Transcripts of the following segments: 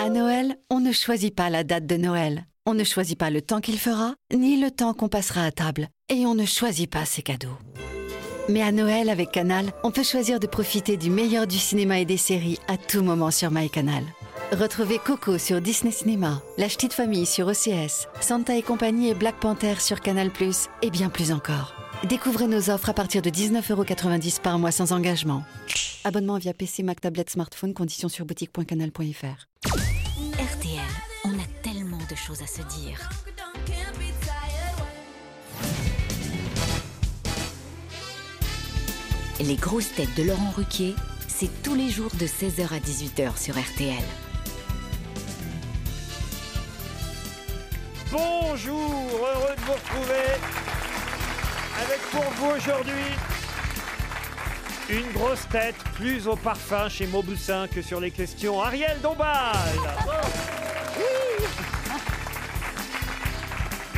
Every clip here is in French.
À Noël, on ne choisit pas la date de Noël. On ne choisit pas le temps qu'il fera, ni le temps qu'on passera à table. Et on ne choisit pas ses cadeaux. Mais à Noël, avec Canal, on peut choisir de profiter du meilleur du cinéma et des séries à tout moment sur MyCanal. Retrouvez Coco sur Disney Cinéma, La Ch'tite Famille sur OCS, Santa et compagnie et Black Panther sur Canal+, et bien plus encore. Découvrez nos offres à partir de 19,90€ par mois sans engagement. Abonnement via PC, Mac, tablette, smartphone, conditions sur boutique.canal.fr. RTL, on a tellement de choses à se dire. Les grosses têtes de Laurent Ruquier, c'est tous les jours de 16h à 18h sur RTL. Bonjour, heureux de vous retrouver avec pour vous aujourd'hui une grosse tête plus au parfum chez Mauboussin que sur les questions. Ariel Dombal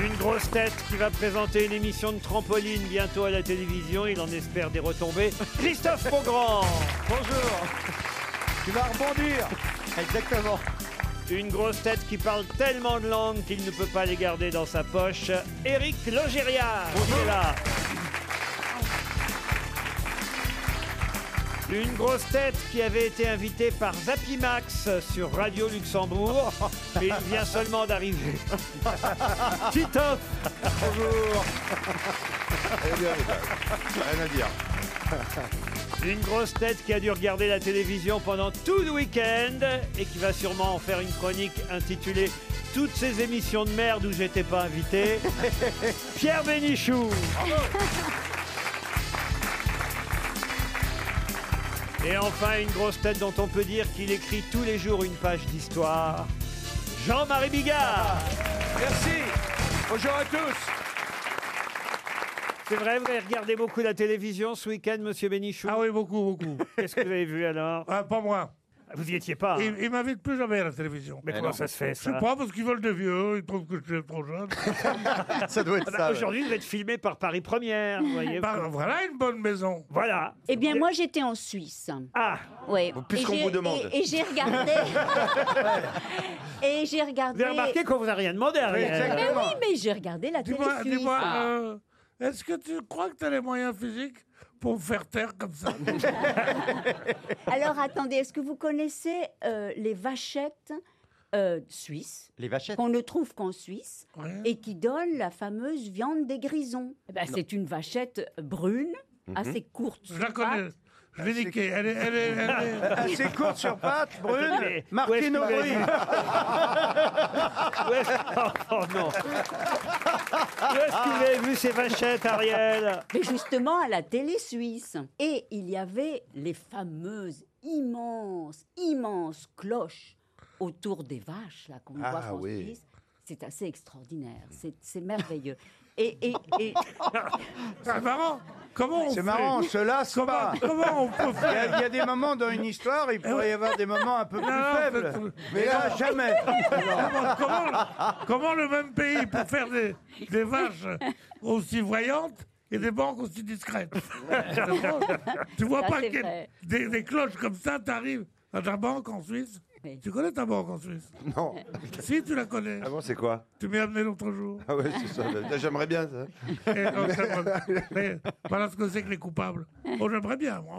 Une grosse tête qui va présenter une émission de trampoline bientôt à la télévision. Il en espère des retombées. Christophe Beaugrand Bonjour Tu vas rebondir Exactement Une grosse tête qui parle tellement de langues qu'il ne peut pas les garder dans sa poche. Éric Logérias Bonjour là Une grosse tête qui avait été invitée par Zapimax sur Radio Luxembourg, mais il vient seulement d'arriver. Titoff Eh Bonjour Rien à dire. Une grosse tête qui a dû regarder la télévision pendant tout le week-end et qui va sûrement en faire une chronique intitulée Toutes ces émissions de merde où j'étais pas invité. Pierre Bénichou Et enfin, une grosse tête dont on peut dire qu'il écrit tous les jours une page d'histoire. Jean-Marie Bigard Merci Bonjour à tous C'est vrai, vous avez regardé beaucoup la télévision ce week-end, monsieur Bénichou Ah oui, beaucoup, beaucoup. Qu'est-ce que vous avez vu alors Ah, Pas moi. Vous n'y étiez pas hein Ils, ils m'invitent plus jamais à la télévision. Mais Eh comment non. ça se fait, ça Ah, Je sais pas, parce qu'ils veulent des vieux, ils trouvent que je suis trop jeune. Ça doit être Ah bah, ça, ouais. aujourd'hui, vous êtes filmé par Paris Première, vous voyez. Bah, voilà une bonne maison. Voilà. Eh bien, moi, j'étais en Suisse. Ah Oui. puisqu'on vous demande. Et, et j'ai regardé. et j'ai regardé. Vous avez remarqué qu'on vous a rien demandé, Ariel Mais oui, mais j'ai regardé la télé Dis-moi, suisse. Ah. dis-moi, Ah. euh, est-ce que tu crois que tu as les moyens physiques pour me faire taire comme ça Alors, attendez, est-ce que vous connaissez euh, les vachettes euh, suisses Les vachettes qu'on ne trouve qu'en Suisse Ouais. et qui donnent la fameuse viande des grisons Eh ben, Non. C'est une vachette brune, Mhm. assez courte. Je sur la connais. pattes. Je Ah, l'ai niquée. Elle est, elle est, elle est- Assez courte Ah, sur pattes, brune, Mais marquée où est-ce que vous nombril. l'avez Où est-ce- Oh non Où est-ce que vous avez vu ces vachettes, Ariel Mais justement, à la télé suisse. Et il y avait les fameuses immenses, immenses cloches autour des vaches là qu'on Ah, voit en oui. Suisse. C'est assez extraordinaire, c'est c'est merveilleux. Et, et, et... C'est marrant. Comment on C'est marrant, on se lasse Comment- pas. comment on peut Il y a- faire Ah Il y a des moments dans une histoire, il pourrait y avoir des moments un peu plus Non, non, faibles. faut- Mais là, jamais. comment, comment- comment le même pays peut faire des, des vaches aussi voyantes et des banques aussi discrètes C'est drôle. Tu vois Ça, pas c'est qu'il y a vrai. des, des cloches comme ça, t'arrives à ta banque en Suisse Tu connais ta banque en Suisse Non. Si, tu la connais. Ah bon, c'est quoi Tu m'y as amené l'autre jour. Ah ouais, c'est ça. Là, J'aimerais bien ça. Et, oh, ça me- mais voilà ce que c'est que les coupables. Oh, j'aimerais bien, moi.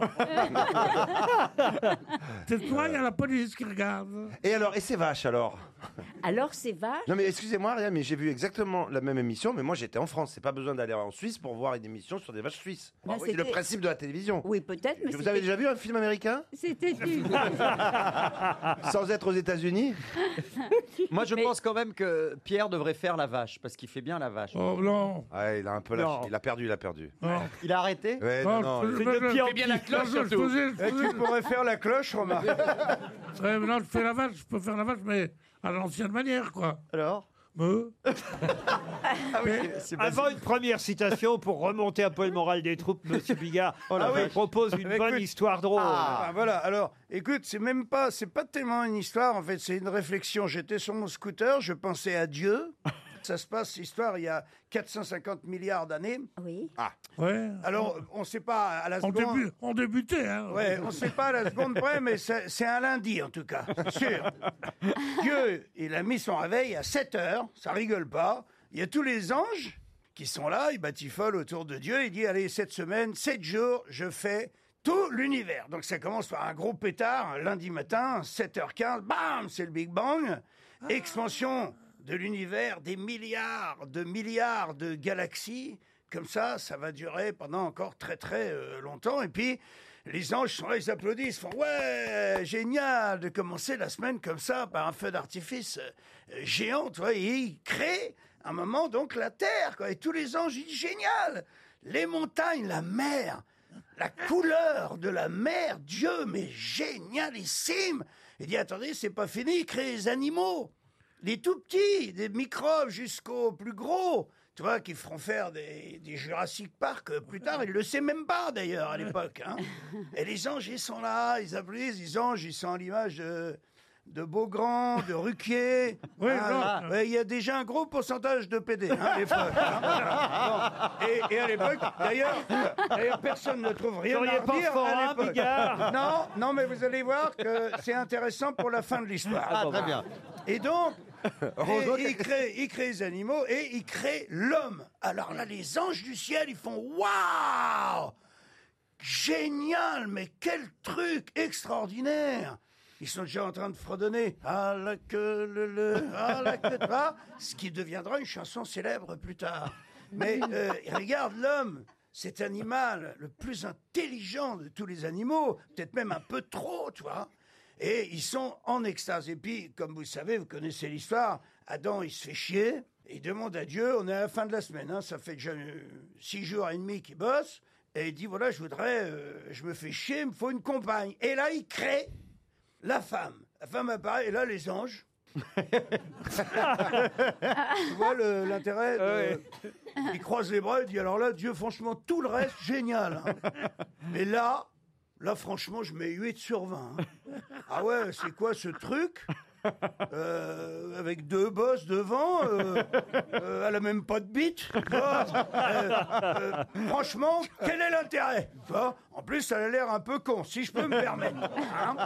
C'est toi, il y a la police qui regarde. Et alors, et ces vaches alors Alors ces vaches, Non mais excusez-moi, Ariane, mais j'ai vu exactement la même émission, mais moi j'étais en France. C'est pas besoin d'aller en Suisse pour voir une émission sur des vaches suisses. Bah, c'est le c'était- principe de la télévision. Oui, peut-être, mais Vous avez c'était- déjà vu un film américain c'était une... Sans être aux États-Unis Moi, je pense quand même que Pierre devrait faire la vache, parce qu'il fait bien la vache. Oh non Ouais, il a un peu lâché. Non. Il a perdu, il a perdu. Il a arrêté Ouais, non, non, il- Et tu pourrais faire la cloche, remarque. Oh. Ouais, mais non, je fais la vache, je peux faire la vache, mais à l'ancienne manière, quoi. Alors Me Ah Avant une première citation, pour remonter un peu le moral des troupes, monsieur Bigard, Oh la on vous vache. propose une Mais bonne écoute- histoire drôle. Ah, bah voilà. Alors, écoute, c'est même pas, c'est pas tellement une histoire. En fait, c'est une réflexion. J'étais sur mon scooter, je pensais à Dieu. Ça se passe, cette histoire, il y a 450 milliards d'années. Oui. Ah. Ouais. Alors, on ne sait pas à la On, seconde. début, on débutait. Hein. Ouais, on ne sait pas à la seconde près, mais c'est c'est un lundi en tout cas, sûr. Dieu, il a mis son réveil à 7 heures, ça rigole pas. Il y a tous les anges qui sont là, ils batifolent autour de Dieu. Il dit Allez, cette semaine, 7 jours, je fais tout l'univers. Donc ça commence par un gros pétard, un lundi matin, 7h15, bam, c'est le Big Bang. Expansion de l'univers, des milliards de milliards de galaxies. Comme ça, ça va durer pendant encore très très euh, longtemps. Et puis, les anges sont là, ils applaudissent, font ouais, génial de commencer la semaine comme ça par un feu d'artifice euh, géant, tu vois. Et ils créent un moment donc la terre, quoi. Et tous les anges, ils disent génial, les montagnes, la mer, la couleur de la mer, Dieu, mais génialissime. Il dit attendez, c'est pas fini, il crée les animaux les tout petits, des microbes jusqu'aux plus gros, tu vois, qui feront faire des, des Jurassic Park euh, plus tard. Il ne le sait même pas d'ailleurs à l'époque. hein. Et les anges, ils sont là, ils applaudissent, les anges, ils sont à l'image de, de Beaugrand, de Ruquier. Oui, Ah, non. Ah, ouais, il y a déjà un gros pourcentage de PD hein, à l'époque. hein. Bon. Et, et à l'époque, d'ailleurs, d'ailleurs, personne ne trouve rien Vous auriez à pas redire Forin, à l'époque. Bigard Non, non, mais vous allez voir que c'est intéressant pour la fin de l'histoire. Ah, très bien. Et donc, Roseau, et- il, crée, il crée les animaux et il crée l'homme. Alors là, les anges du ciel, ils font Waouh Génial, mais quel truc extraordinaire Ils sont déjà en train de fredonner Ah la queue, le le, ah la queue, de bas ce qui deviendra une chanson célèbre plus tard. Mais euh, regarde l'homme cet animal le plus intelligent de tous les animaux, peut-être même un peu trop, tu vois. Et ils sont en extase. Et puis, comme vous le savez, vous connaissez l'histoire, Adam, il se fait chier, il demande à Dieu, on est à la fin de la semaine, hein, ça fait déjà euh, six jours et demi qu'il bosse, et il dit, voilà, je voudrais, euh, je me fais chier, il me faut une compagne. Et là, il crée la femme. La femme apparaît, et là, les anges. tu vois le- l'intérêt de- Il croise les bras, il dit, alors là, Dieu, franchement, tout le reste, génial. hein. Mais là, là, franchement, je mets 8 sur 20. hein. Ah ouais, c'est quoi ce truc Euh, Avec deux bosses devant, euh, euh, elle a même pas de bite. tu vois. Euh, euh, franchement, quel est l'intérêt tu vois En plus, elle a l'air un peu con, si je peux me permettre. hein.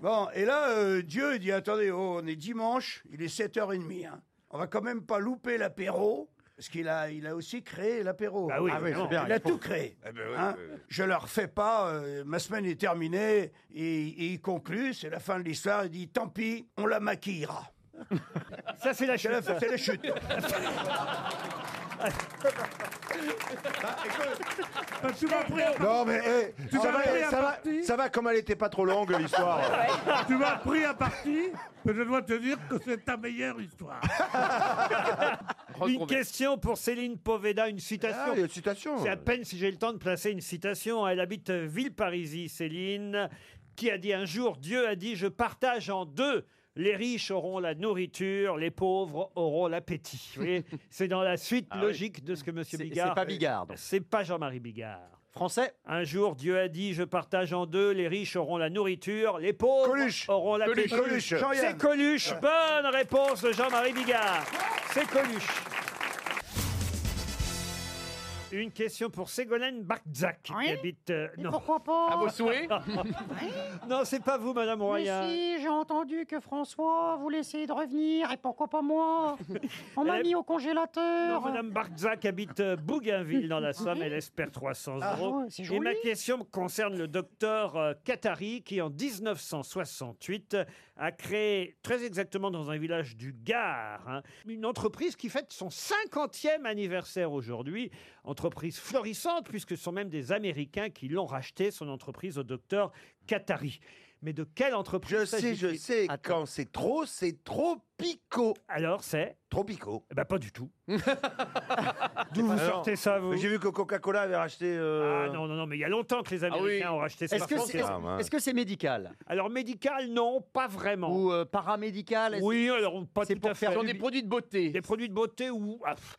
Bon, et là, euh, Dieu, il dit attendez, oh, on est dimanche, il est 7h30. hein. On va quand même pas louper l'apéro. Parce qu'il a, il a aussi créé l'apéro. Ah oui, Ah oui, c'est bien, il a il faut- tout créé. Eh ben oui, Hein oui, oui. je leur fais pas, euh, ma semaine est terminée, et, et il conclut, c'est la fin de l'histoire, il dit tant pis, on la maquillera. Ça, c'est la C'est chute. la, c'est la chute. Euh, Bah, tu m'as pris, à- Ah, Non, mais hey, Tu ça, vas va, aller à ça, va, partie ça va, comme elle était pas trop longue l'histoire. tu m'as pris à partie, mais je dois te dire que c'est ta meilleure histoire. Une question pour Céline Poveda, une Ah, citation. il y a une citation. C'est à peine si j'ai le temps de placer une citation. Elle habite Villeparisis, Céline, qui a dit un jour Dieu a dit, je partage en deux. Les riches auront la nourriture, les pauvres auront l'appétit. Vous voyez, c'est dans la suite Ah oui. logique de ce que Monsieur C'est- Bigard. c'est pas Bigard, donc. C'est pas Jean-Marie Bigard. Français Un jour, Dieu a dit, je partage en deux. Les riches auront la nourriture, les pauvres Coluche. auront l'appétit. Coluche. Jean-Yann. C'est Coluche. Bonne réponse de Jean-Marie Bigard. C'est Coluche. Une question pour Ségolène Barzac qui habite. euh, non, Pourquoi pas À vos souhaits non, c'est pas vous, Madame Mais Roya. si, j'ai entendu que François voulait essayer de revenir, et pourquoi pas moi On m'a Eh, mis au congélateur. Non, Madame Barzac habite euh, Bougainville dans la Somme. Elle espère 300 euros. ouais, Ah c'est Et ma joli. question concerne le docteur euh, Qatari qui, en 1968, a créé, très exactement dans un village du Gard, hein, une entreprise qui fête son 50e anniversaire aujourd'hui. Entreprise florissante puisque ce sont même des Américains qui l'ont racheté, son entreprise au docteur Qatari. Mais de quelle entreprise Je sais, je s'agit-il sais, Attends. quand c'est trop, c'est trop picot. Alors c'est Trop picot. Eh ben, pas du tout. D'où vous pas- sortez ça, vous Mais J'ai vu que Coca-Cola avait racheté. euh, Ah non, non, non, mais il y a longtemps que les Américains oui. ont racheté Ah Est-ce Smartphone. que c'est est Ah, mince. -ce que c'est médical Alors médical, non, pas vraiment. Ou euh, paramédical est-ce- Oui, alors pas c'est tout pour à fait. faire Sur des produits de beauté. Des produits de beauté ou... ah, pff,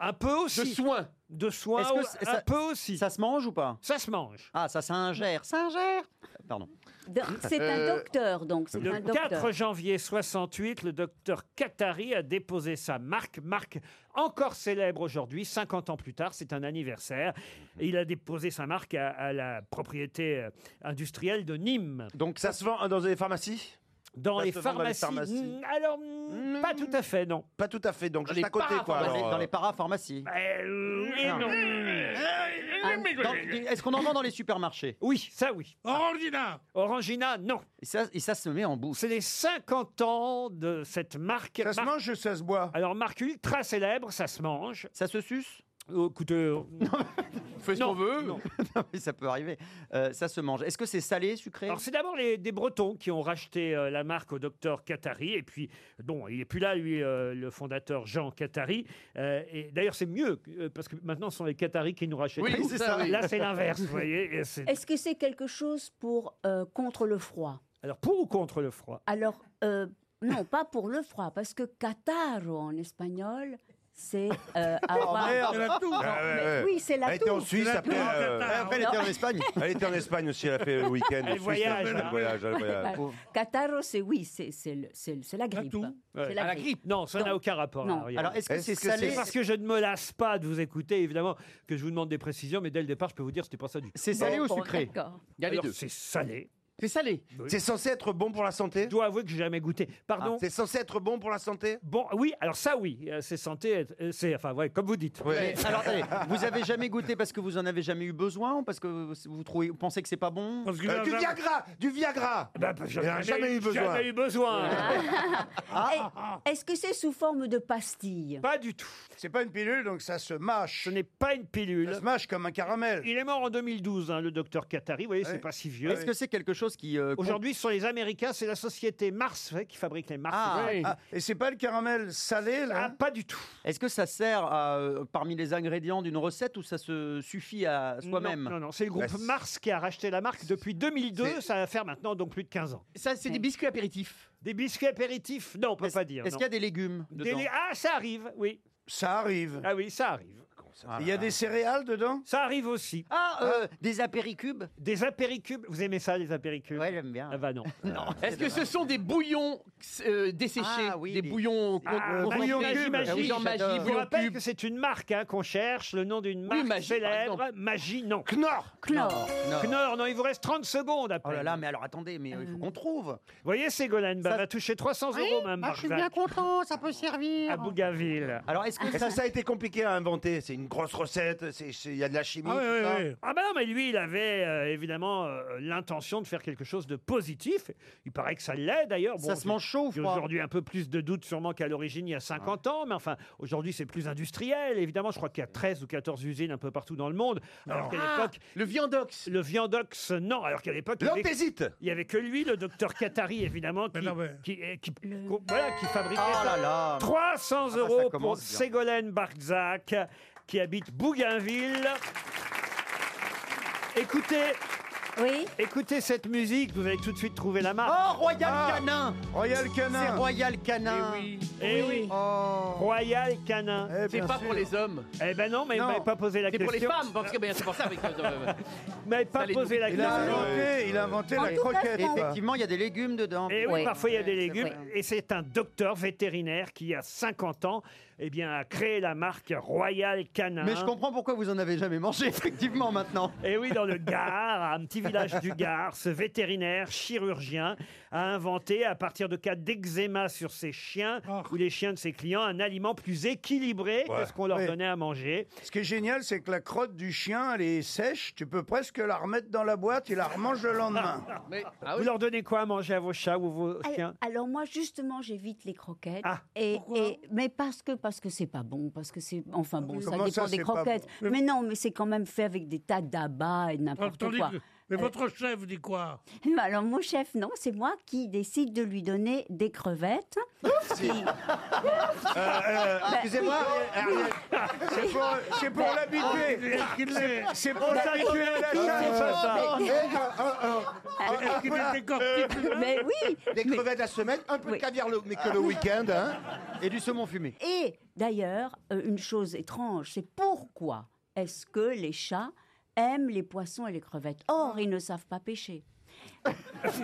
Un peu aussi. De soin. De soin, Est-ce que ou- c'est- un ça- peu aussi. Ça se mange ou pas Ça se mange. Ah, ça s'ingère. Singer Pardon. Donc, C'est un Euh, docteur, donc c'est Le un docteur. 4 janvier 68, le docteur Qatari a déposé sa marque, marque encore célèbre aujourd'hui, 50 ans plus tard, c'est un anniversaire. Et il a déposé sa marque à, à la propriété euh, industrielle de Nîmes. Donc ça se vend hein, dans les pharmacies Dans Ça les se vend dans les pharmacies. pharmacies. Hmm. mm, Alors, mm, pas tout à fait, non. Pas tout à fait, donc juste à côté, quoi. Dans les- alors, dans euh, les parapharmacies. Eh Ah. Dans- Est-ce qu'on en vend dans les supermarchés Oui, ça oui. Orangina Orangina, non. Et ça, et ça se met en bouche. C'est les 50 ans de cette marque. Ça se mange ou ça se boit Alors, marque ultra célèbre, ça se mange. Ça se suce Écoutez, euh, fait ce qu'on veut. ça peut arriver. Euh, ça se mange. Est-ce que c'est salé, sucré Alors c'est d'abord les, des Bretons qui ont racheté euh, la marque au docteur Qatari et puis bon il est plus là lui euh, le fondateur Jean Qatari Euh, et d'ailleurs c'est mieux euh, parce que maintenant ce sont les Qataris qui nous rachètent Oui, tout. c'est ça, oui. là c'est l'inverse vous voyez et c'est- Est-ce que c'est quelque chose pour euh, contre le froid alors pour ou contre le froid Alors, euh, non, pas pour le froid, parce que catarro en espagnol, c'est euh, avoir- merde. Non, Ah, ouais, mais ouais. Oui, c'est la Elle était en toux. Suisse, après, euh, Après, elle était en Espagne. Elle était en Espagne aussi, elle a fait le week-end. en Elle Suisse, voyage. Elle voyage, hein. elle voyage. Voilà. Catarro, c'est oui, c'est c'est le- c'est le- c'est la grippe. C'est la grippe. Non, ça n'a aucun rapport. Non. Ariel. Alors, est-ce que Est-ce c'est que c'est- salé parce que je ne me lasse pas de vous écouter, évidemment, que je vous demande des précisions, mais dès le départ, je peux vous dire, c'était pas ça du tout. C'est salé Bon, ou bon, sucré d'accord. Il y a les Alors, deux. C'est salé. C'est salé. C'est censé être bon pour la santé Je dois avouer que j'ai jamais goûté. Pardon Ah, C'est censé être bon pour la santé Bon, oui, alors ça, oui. euh, C'est santé, euh, c'est. Enfin, ouais, comme vous dites. Mais Alors, attendez, vous avez jamais goûté parce que vous en avez jamais eu besoin ou parce que vous- vous trouvez, vous pensez que c'est pas bon que Euh, du Viagra Du Viagra bah, Il en a jamais eu besoin. Jamais eu besoin. Et- Est-ce que c'est sous forme de pastille Pas du tout. Ah. C'est pas une pilule, donc ça se mâche. Ce n'est pas une pilule. Ça se mâche comme un caramel. Il est mort en 2012, hein, le docteur Qatari. Vous voyez, c'est Ouais. pas si vieux. Est-ce que c'est quelque chose qui. euh, Aujourd'hui, ce sont les Américains, c'est la société Mars hein, qui fabrique les marques. Ouais. Ah, et c'est pas le caramel salé, là Ah, Pas du tout. Est-ce que ça sert à, euh, parmi les ingrédients d'une recette ou ça se suffit à soi-même Non, non, non, c'est le groupe Bah, Mars qui a racheté la marque depuis 2002. Ça va faire maintenant donc plus de 15 ans. Ça, c'est des biscuits apéritifs. Des biscuits apéritifs Non, on peut pas dire. Est-ce non. qu'il y a des légumes Des dedans lé- Ah, ça arrive, oui. Ça arrive. Ah oui, ça arrive. Il y a des céréales dedans Ça arrive aussi. Ah, euh, des apéricubes Des apéricubes. Vous aimez ça, les apéricubes Ouais, j'aime bien. Ah bah non. Est-ce que ce sont des bouillons euh, desséchés Ah oui, Des des- bouillons. Ah, concentrés, bouillon des cube. magie, Oui, genre magie, j'adore. Je vous bouillon rappelle cube. que c'est une marque hein, qu'on cherche, le nom d'une marque célèbre. Magie, non. Knorr. Knorr. Knorr. Knorr, non, il vous reste 30 secondes après. Oh là là, mais alors attendez, mais euh, il faut qu'on trouve. Vous voyez, Ségolène, bah, va toucher 300 Oui, euros même. ah, je suis bien Barzac, Ah, content, ça peut servir. À Oh, Bougaville. Alors, est-ce Est-ce que ça a été compliqué à inventer C'est une grosse recette, c'est- c'est- il y a de la chimie. tout ça Ah bah non, mais lui, il avait euh, évidemment euh, l'intention de faire quelque chose de positif. Il paraît que ça l'est d'ailleurs. Ça se mange chaud ou j'ai froid Ah. Aujourd'hui, un peu plus de doutes sûrement qu'à l'origine il y a 50 ans, mais enfin, aujourd'hui, c'est plus industriel. Évidemment, je crois qu'il y a 13 ou 14 usines un peu partout dans le monde. Ah. Alors qu'à l'époque... Le viandox Le viandox, non. Alors qu'à l'époque... il y avait- L'antésite Il n'y avait que lui, le docteur Qatari, évidemment, qui, qui, eh, qui- qu'on- voilà, qui fabriquait Oh là ça. là. 300 Ah bah, ça euros pour commence bien. Ségolène Barzac, qui habite Bougainville. Écoutez. Oui. Écoutez cette musique, vous allez tout de suite trouver la marque. Ah. Oh, Royal Canin Royal Canin. C'est Royal Canin Oh. Eh Eh oui. oui. Royal Eh, Canin. C'est pas pour les hommes. Eh ben non, mais vous Non. m'avez pas posé la C'est question. pour les femmes, parce que ben, c'est pour ça. Avec, euh, Vous m'avez pas les posé la nourrit. Il a question. inventé, il a inventé la croquette. Effectivement, il y a des légumes dedans. Et Eh oui, Ouais. parfois il y a Ouais, des c'est légumes. vrai. Et c'est un docteur vétérinaire qui, il y a 50 ans, eh bien, a créé la marque Royal Canin. Mais je comprends pourquoi vous en avez jamais mangé, effectivement, maintenant. Et hein. Eh oui, dans le Gard, à un petit village du Gard, ce vétérinaire chirurgien a inventé, à partir de cas d'eczéma sur ses chiens ou les chiens de ses clients, un aliment plus équilibré Ouais. que ce qu'on leur Oui. donnait à manger. Ce qui est génial, c'est que la crotte du chien, elle est sèche. Tu peux presque la remettre dans la boîte et la remange le lendemain. ah Vous leur donnez quoi à manger à vos chats ou vos Alors, chiens alors moi justement j'évite les croquettes Ah, et, et- mais parce que parce que c'est pas bon parce que c'est enfin bon ça Comment dépend ça, c'est des pas croquettes bon mais non mais c'est quand même fait avec des tas d'abats et n'importe Attendez, quoi Euh, que- Mais votre chef dit quoi Mais Alors mon chef, non, c'est moi qui décide de lui donner des crevettes. Qui- Euh, Bah, euh, Excusez-moi, oui. Ariel, c'est pour, c'est pour Bah, l'habituer. ah, qu'il C'est- l'ait. C'est pour On l'a l'habituer à la Ah, compris, chasse. mais- Eh, ah, ah, ah. Ah, Ah, qu'il voilà. était corpulent. Mais Ah. oui, Des crevettes la semaine, un peu de caviar le, mais que le week-end, hein, et du saumon fumé. Et d'ailleurs, euh, une chose étrange, c'est pourquoi est-ce que les chats aiment les poissons et les crevettes Or, ils ne savent pas pêcher.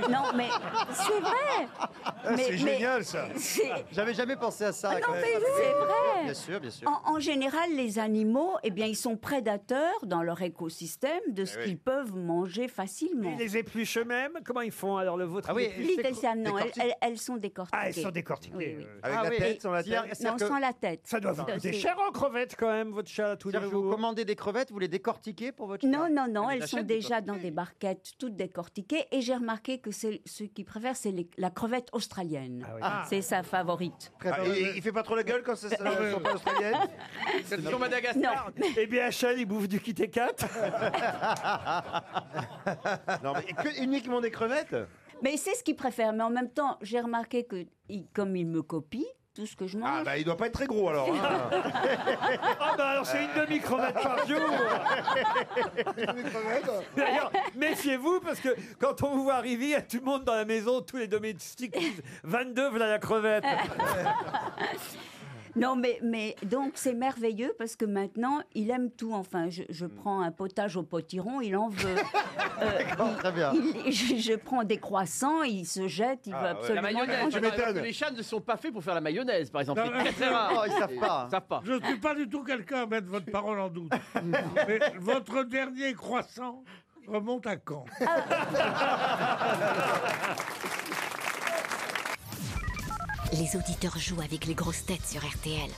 non, mais c'est vrai. Ah, Ah, Mais- mais- c'est- J'avais jamais pensé à ça. Ah non, quand même. mais c'est vrai. Bien sûr, bien sûr. En, en général, les animaux, eh bien, ils sont prédateurs dans leur écosystème de ce Eh oui. qu'ils peuvent manger facilement. Ils les épluchent eux-mêmes Comment ils font alors le vôtre ils les Les épluchent Delsianes, non, elles, Décortiquent elles- elles sont décortiquées. Ah, elles sont décortiquées. Oui, Ah oui. euh, Avec la tête, sans la Et- tête Non, sans la tête. Ça doit vous coûter C'est- cher en crevettes quand même, votre chat, tous les jours. Vous commandez des crevettes, vous les décortiquez pour votre Non, non, non, Elle elles les sont achète, des déjà dans des barquettes toutes décortiquées. Et j'ai remarqué que c'est ceux qui préfèrent, c'est les- la crevette australienne. Ah. C'est sa favorite. Ah, et- et il fait pas trop la gueule quand c'est ça, Euh, sont pas australiennes C'est toujours Madagascar. Eh bien, Achal, il bouffe du Kit Kat. non, mais que- uniquement des crevettes Mais c'est ce qu'ils préfèrent. Mais en même temps, j'ai remarqué que il- comme ils me copient, tout ce que je mange. Ah, bah il doit pas être très gros alors. hein. Ah bah alors c'est une demi-crevette par jour D'ailleurs, méfiez-vous parce que quand on vous voit arriver, il y a tout le monde dans la maison, tous les domestiques disent 22, voilà la crevette Non, mais, mais donc c'est merveilleux parce que maintenant, il aime tout. Enfin, je, je prends un potage au potiron, il en veut. Euh, il- très bien. il- je, je prends des croissants, il se jette, il veut La absolument. mayonnaise, manger. par exemple, que les chats ne sont pas faits pour faire la mayonnaise, par exemple. Non, euh, C'est mais- très, très rare. Oh, ils savent pas. Ils savent pas. Je ne suis pas du tout quelqu'un à mettre votre parole en doute. Mais votre dernier croissant remonte à quand Les auditeurs jouent avec les grosses têtes sur RTL.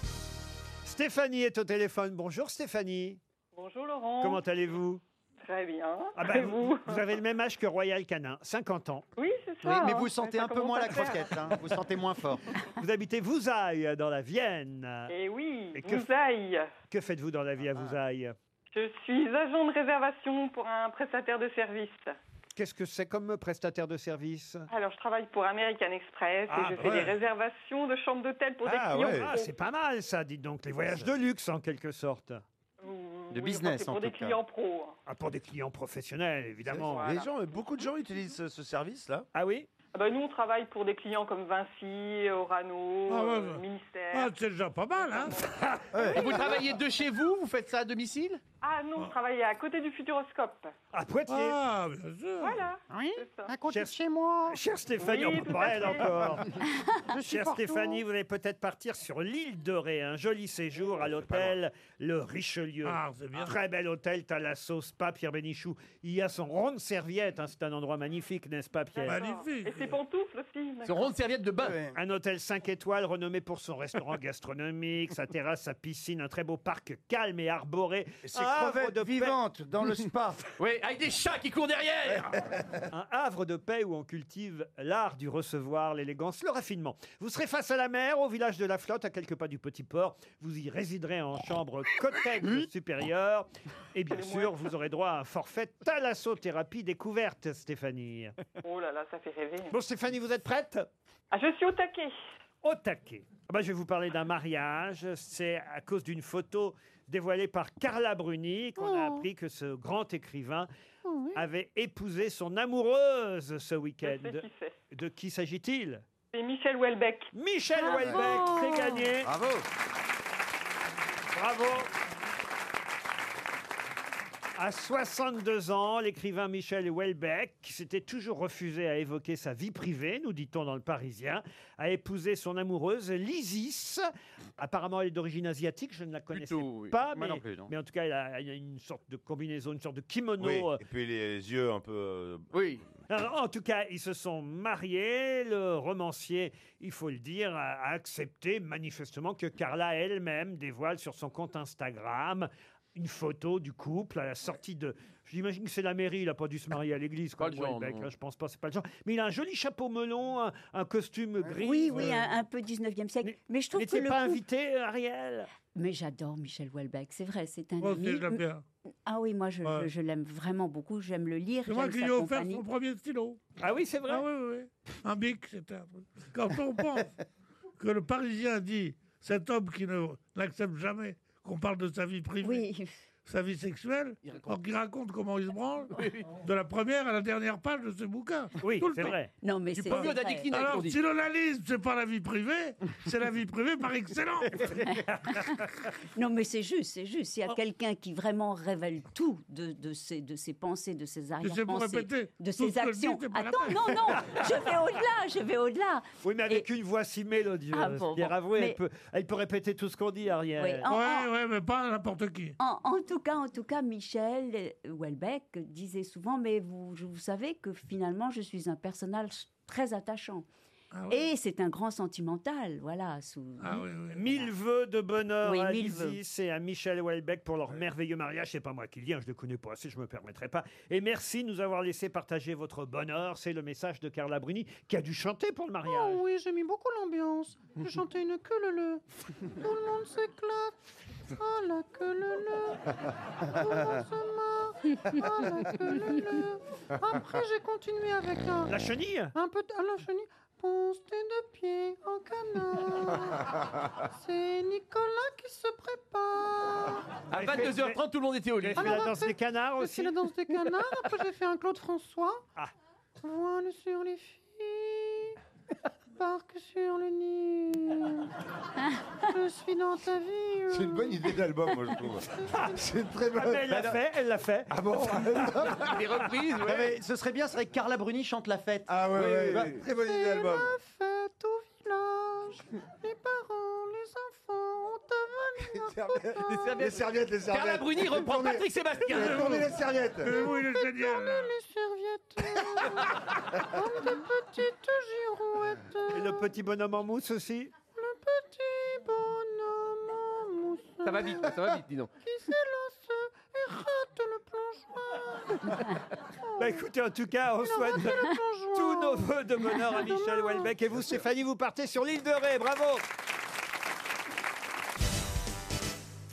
Stéphanie est au téléphone. Bonjour Stéphanie. Bonjour Laurent. Comment allez-vous Très bien. Ah bah, Et vous, vous avez le même âge que Royal Canin, 50 ans. Oui, c'est ça. mais hein. vous sentez Ça un peu commence moins à la faire. croquette, hein. vous sentez moins fort. Vous habitez Vouzailles, dans la Vienne. Eh oui, Et que- vous aille. Que faites-vous dans la Ah. vie à Vouzailles Je suis agent de réservation pour un prestataire de service. Qu'est-ce que c'est comme prestataire de service Alors, je travaille pour American Express Ah, et je bah fais ouais. des réservations de chambres d'hôtel pour Ah des clients. ouais, ah, c'est pas mal ça, dites donc, les voyages de luxe en quelque sorte. Euh, De business, pour en des tout cas. clients pros. hein. Ah, pour des clients professionnels, évidemment. Voilà. Les gens, beaucoup de gens utilisent ce, service-là. Ah oui Ah bah, nous, on travaille pour des clients comme Vinci, Orano, Ah ouais, euh, ouais. Ministère. Ah, C'est déjà pas mal, hein Ah, Et vous travaillez de chez vous Vous faites ça à domicile Ah non, je travaille à côté du Futuroscope. À Poitiers. Ah, bien sûr. Voilà. Oui, c'est Ah, ça. à côté de chez moi. Ah, Cher Stéphanie, Oui, on peut tout pas à elle fait. encore. Je suis Cher partout. Stéphanie, vous allez peut-être partir sur l'île de Ré, un joli séjour à l'hôtel Le Richelieu. Ah, c'est bien. Très bel hôtel, t'as la sauce, pas Pierre Bénichou. Il y a son rond de serviette, hein, c'est un endroit magnifique, n'est-ce pas Pierre Magnifique. Et ses pantoufles aussi. Ce rond de serviette de bain. Un hôtel 5 étoiles renommé pour son restaurant gastronomique, sa terrasse, sa piscine, un très beau parc calme et arboré. Et ces crevettes vivantes dans le spa. Oui, avec des chats qui courent derrière. Un havre de paix où on cultive l'art du recevoir, l'élégance, le raffinement. Vous serez face à la mer, au village de la Flotte, à quelques pas du petit port. Vous y résiderez en chambre cotec Mmh. supérieure. Et bien sûr, vous aurez droit à un forfait thalassothérapie découverte, Stéphanie. Oh là là, ça fait rêver. Bon, Stéphanie, vous êtes prête Ah, je suis au taquet. Au taquet. Ah bah, je vais vous parler d'un mariage. C'est à cause d'une photo dévoilée par Carla Bruni qu'on a appris que ce grand écrivain avait épousé son amoureuse ce week-end. Je sais qui c'est. De qui s'agit-il C'est Michel Houellebecq. Michel Bravo. Houellebecq, c'est gagné. Ah, Bravo. Bravo. À 62 ans, l'écrivain Michel Houellebecq, qui s'était toujours refusé à évoquer sa vie privée, nous dit-on dans le Parisien, a épousé son amoureuse Lysis. Apparemment, elle est d'origine asiatique, je ne la connaissais Plutôt, oui. pas, Moi mais, non plus, non. mais en tout cas, elle a, elle a une sorte de combinaison, une sorte de kimono. Oui, euh, Et puis les, les yeux un peu. euh, Oui. non, non, Euh, en tout cas, ils se sont mariés. Le romancier, il faut le dire, a a accepté manifestement que Carla elle-même dévoile sur son compte Instagram une photo du couple à la sortie de. J'imagine que c'est la mairie, il a pas dû se marier à l'église, quoi, au le genre, Québec, non. hein, je pense pas, c'est pas le genre. Mais il a un joli chapeau melon, un, un costume gris. Oui, oui, euh, un, un peu 19e siècle. Mais, je trouve que n'était le pas couple- invité, euh, Ariel Mais j'adore Michel Houellebecq, c'est vrai, c'est un Moi aussi, ami. je l'aime bien. Ah oui, moi je, Ouais. je- je l'aime vraiment beaucoup, j'aime le lire, C'est moi j'aime qui lui ai sa offert compagnie. son premier stylo. Ah oui, c'est vrai Ah oui, oui, oui. Un bic, c'était un truc. Quand on pense que le Parisien dit, cet homme qui ne- n'accepte jamais qu'on parle de sa vie privée, sa vie sexuelle, alors qu'il raconte comment il se branle, de la première à la dernière page de ce bouquin. Oui, Tout le c'est temps. vrai. Non, mais Du c'est- premier au c'est vrai. Dadikine, Alors, on dit. si l'analyse, c'est pas la vie privée, c'est la vie privée par excellence. Non, mais c'est juste, c'est juste. Il y Oh. a quelqu'un qui vraiment révèle tout de, de, ses, de ses pensées, de ses pour arrière-pensées, répéter. Tout de ce que je ses dis, actions. c'est pas la Attends, peine. non, non, je vais au-delà, je vais au-delà. Oui, mais avec une voix si mélodieuse, Ah bon, Pierre bon. Avoué, Mais- elle, peut, elle peut répéter tout ce qu'on dit, Ariel. Oui, en- en- Ouais, mais pas n'importe qui. En, en tout cas, en tout cas, Michel euh, Houellebecq disait souvent, mais vous, je- vous savez que finalement, je suis un personnage très attachant. Ah ouais. Et c'est un grand sentimental, voilà. Sous... Ah, Mille vœux de bonheur Oui, à mille Isis et à Michel Houellebecq pour leur merveilleux mariage. C'est pas moi qui le dis, hein, je le connais pas assez, je me permettrai pas. Et merci de nous avoir laissé partager votre bonheur. C'est le message de Carla Bruni qui a dû chanter pour le mariage. Oh oui, j'ai mis beaucoup l'ambiance. Je chantais une queue le le. Tout le monde s'éclate. Ah la queue le le. Tout le monde se marre. Ah la queue le le. Après, j'ai continué avec un. La chenille Un peu. Ah la chenille. Ponce tes deux pieds en canard. C'est Nicolas qui se prépare. À 22h30, tout le monde était au lit. Ah, Alors après, j'ai fait la danse des canards. Après, j'ai fait un Claude François. Ah. Voile sur les filles, barque sur le Nil. Je suis dans ta vie. C'est une bonne idée d'album, moi, je trouve. C'est une très bonne Bah, Ah, mais elle l'a fait, elle l'a fait. Ah, Ah bon Les reprises, ouais. ce serait bien, ce serait que Carla Bruni chante la fête. Ah ouais, ouais, ouais. Très bonne idée d'album. Fête au village, les parents, les enfants ont avalé un Les serviettes, les serviettes. les Carla serviettes. Bruni reprend Tournez- Patrick Sébastien. Tournez les serviettes. oui, il est génial. les serviettes, comme des petites girouettes. Oh. Et le petit bonhomme en mousse aussi Le petit bonhomme en mousse. Ça va vite, ça va vite, dis donc. Qui s'élance et rate le plongeoir. Bah écoutez, en tout cas, on Il en souhaite a fait le plongeon. tous nos voeux de bonheur à Michel Houellebecq. Et vous, Stéphanie, vous partez sur l'île de Ré. Bravo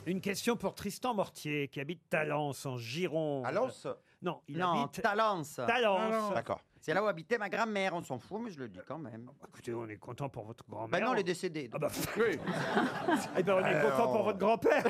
Une question pour Tristan Mortier, qui habite Talence, en Gironde. Talence Non, il non, habite... Talence. Talence. D'accord. C'est là où habitait ma grand-mère, on s'en fout, mais je le dis quand même. Écoutez, on est content pour votre Bah grand-mère. non, elle est décédée. Ah bah, oui. Eh ben, on est Alors. content pour votre grand-père.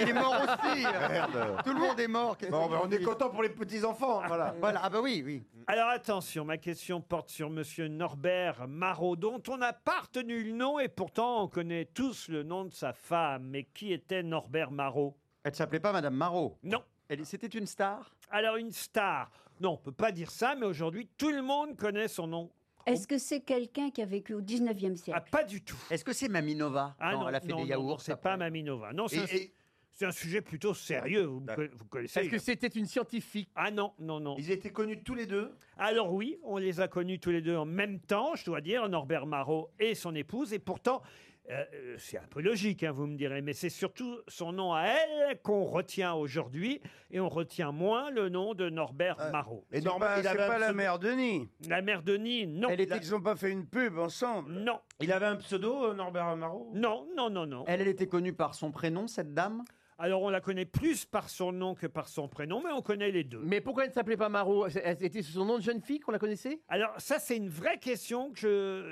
Il est mort aussi. Merde. Tout le monde est mort. Qu'est-ce Bon, que bah, vous on est dites content pour les petits-enfants, hein, voilà. Voilà, ah bah oui, oui. Mm. Alors attention, ma question porte sur Monsieur Norbert Marot, dont on n'a pas retenu le nom et pourtant on connaît tous le nom de sa femme. Mais qui était Norbert Marot Elle s'appelait pas Madame Marot Non. C'était une star Alors une star Non, on peut pas dire ça, mais aujourd'hui tout le monde connaît son nom. Est-ce que c'est quelqu'un qui a vécu au 19e siècle Ah, Pas du tout. Est-ce que c'est Maminova Ah Non, non, elle a fait non, des non, yaourts. non, c'est pas Maminova. Non, c'est Et- un, et- c'est un sujet plutôt sérieux. Vous, me D'accord. conna- vous connaissez. hein. Est-ce que c'était une scientifique Ah non, non, non. Ils étaient connus tous les deux Alors oui, on les a connus tous les deux en même temps, je dois dire, Norbert Marot et son épouse. Et pourtant, euh, euh, c'est un peu logique, hein, vous me direz, mais c'est surtout son nom à elle qu'on retient aujourd'hui, et on retient moins le nom de Norbert Marot. C'est pas, c'est pas la mère Denis. La mère Denis, non. Elle Ils n'ont pas fait une pub ensemble. Non. Il avait un pseudo, euh, Norbert Marot Non, non, non, non. Elle, elle était connue par son prénom, cette dame Alors on la connaît plus par son nom que par son prénom, mais on connaît les deux. Mais pourquoi elle ne s'appelait pas Marot Elle- C'était sous son nom de jeune fille qu'on la connaissait Alors ça, c'est une vraie question que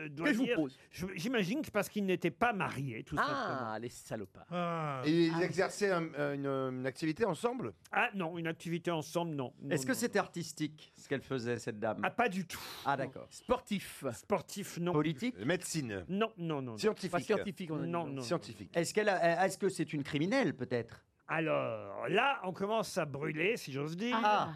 je dois Que je vous dire. pose. Je- J'imagine que parce qu'ils n'étaient pas mariés, tout simplement. Ah, les salopards. Et ils exerçaient un- euh, une, une activité ensemble Ah non, une activité ensemble, non. Non, Est-ce que non. c'était artistique, ce qu'elle faisait, cette dame Ah, pas du tout. Ah, d'accord. Sportif Sportif, non. Politique Médecine Non, non, non. Scientifique. Pas scientifique, on a dit, non, non. non, non. Scientifique. Est-ce qu'elle, a- est-ce que c'est une criminelle, peut-être Alors là, on commence à brûler, si j'ose dire. Ah.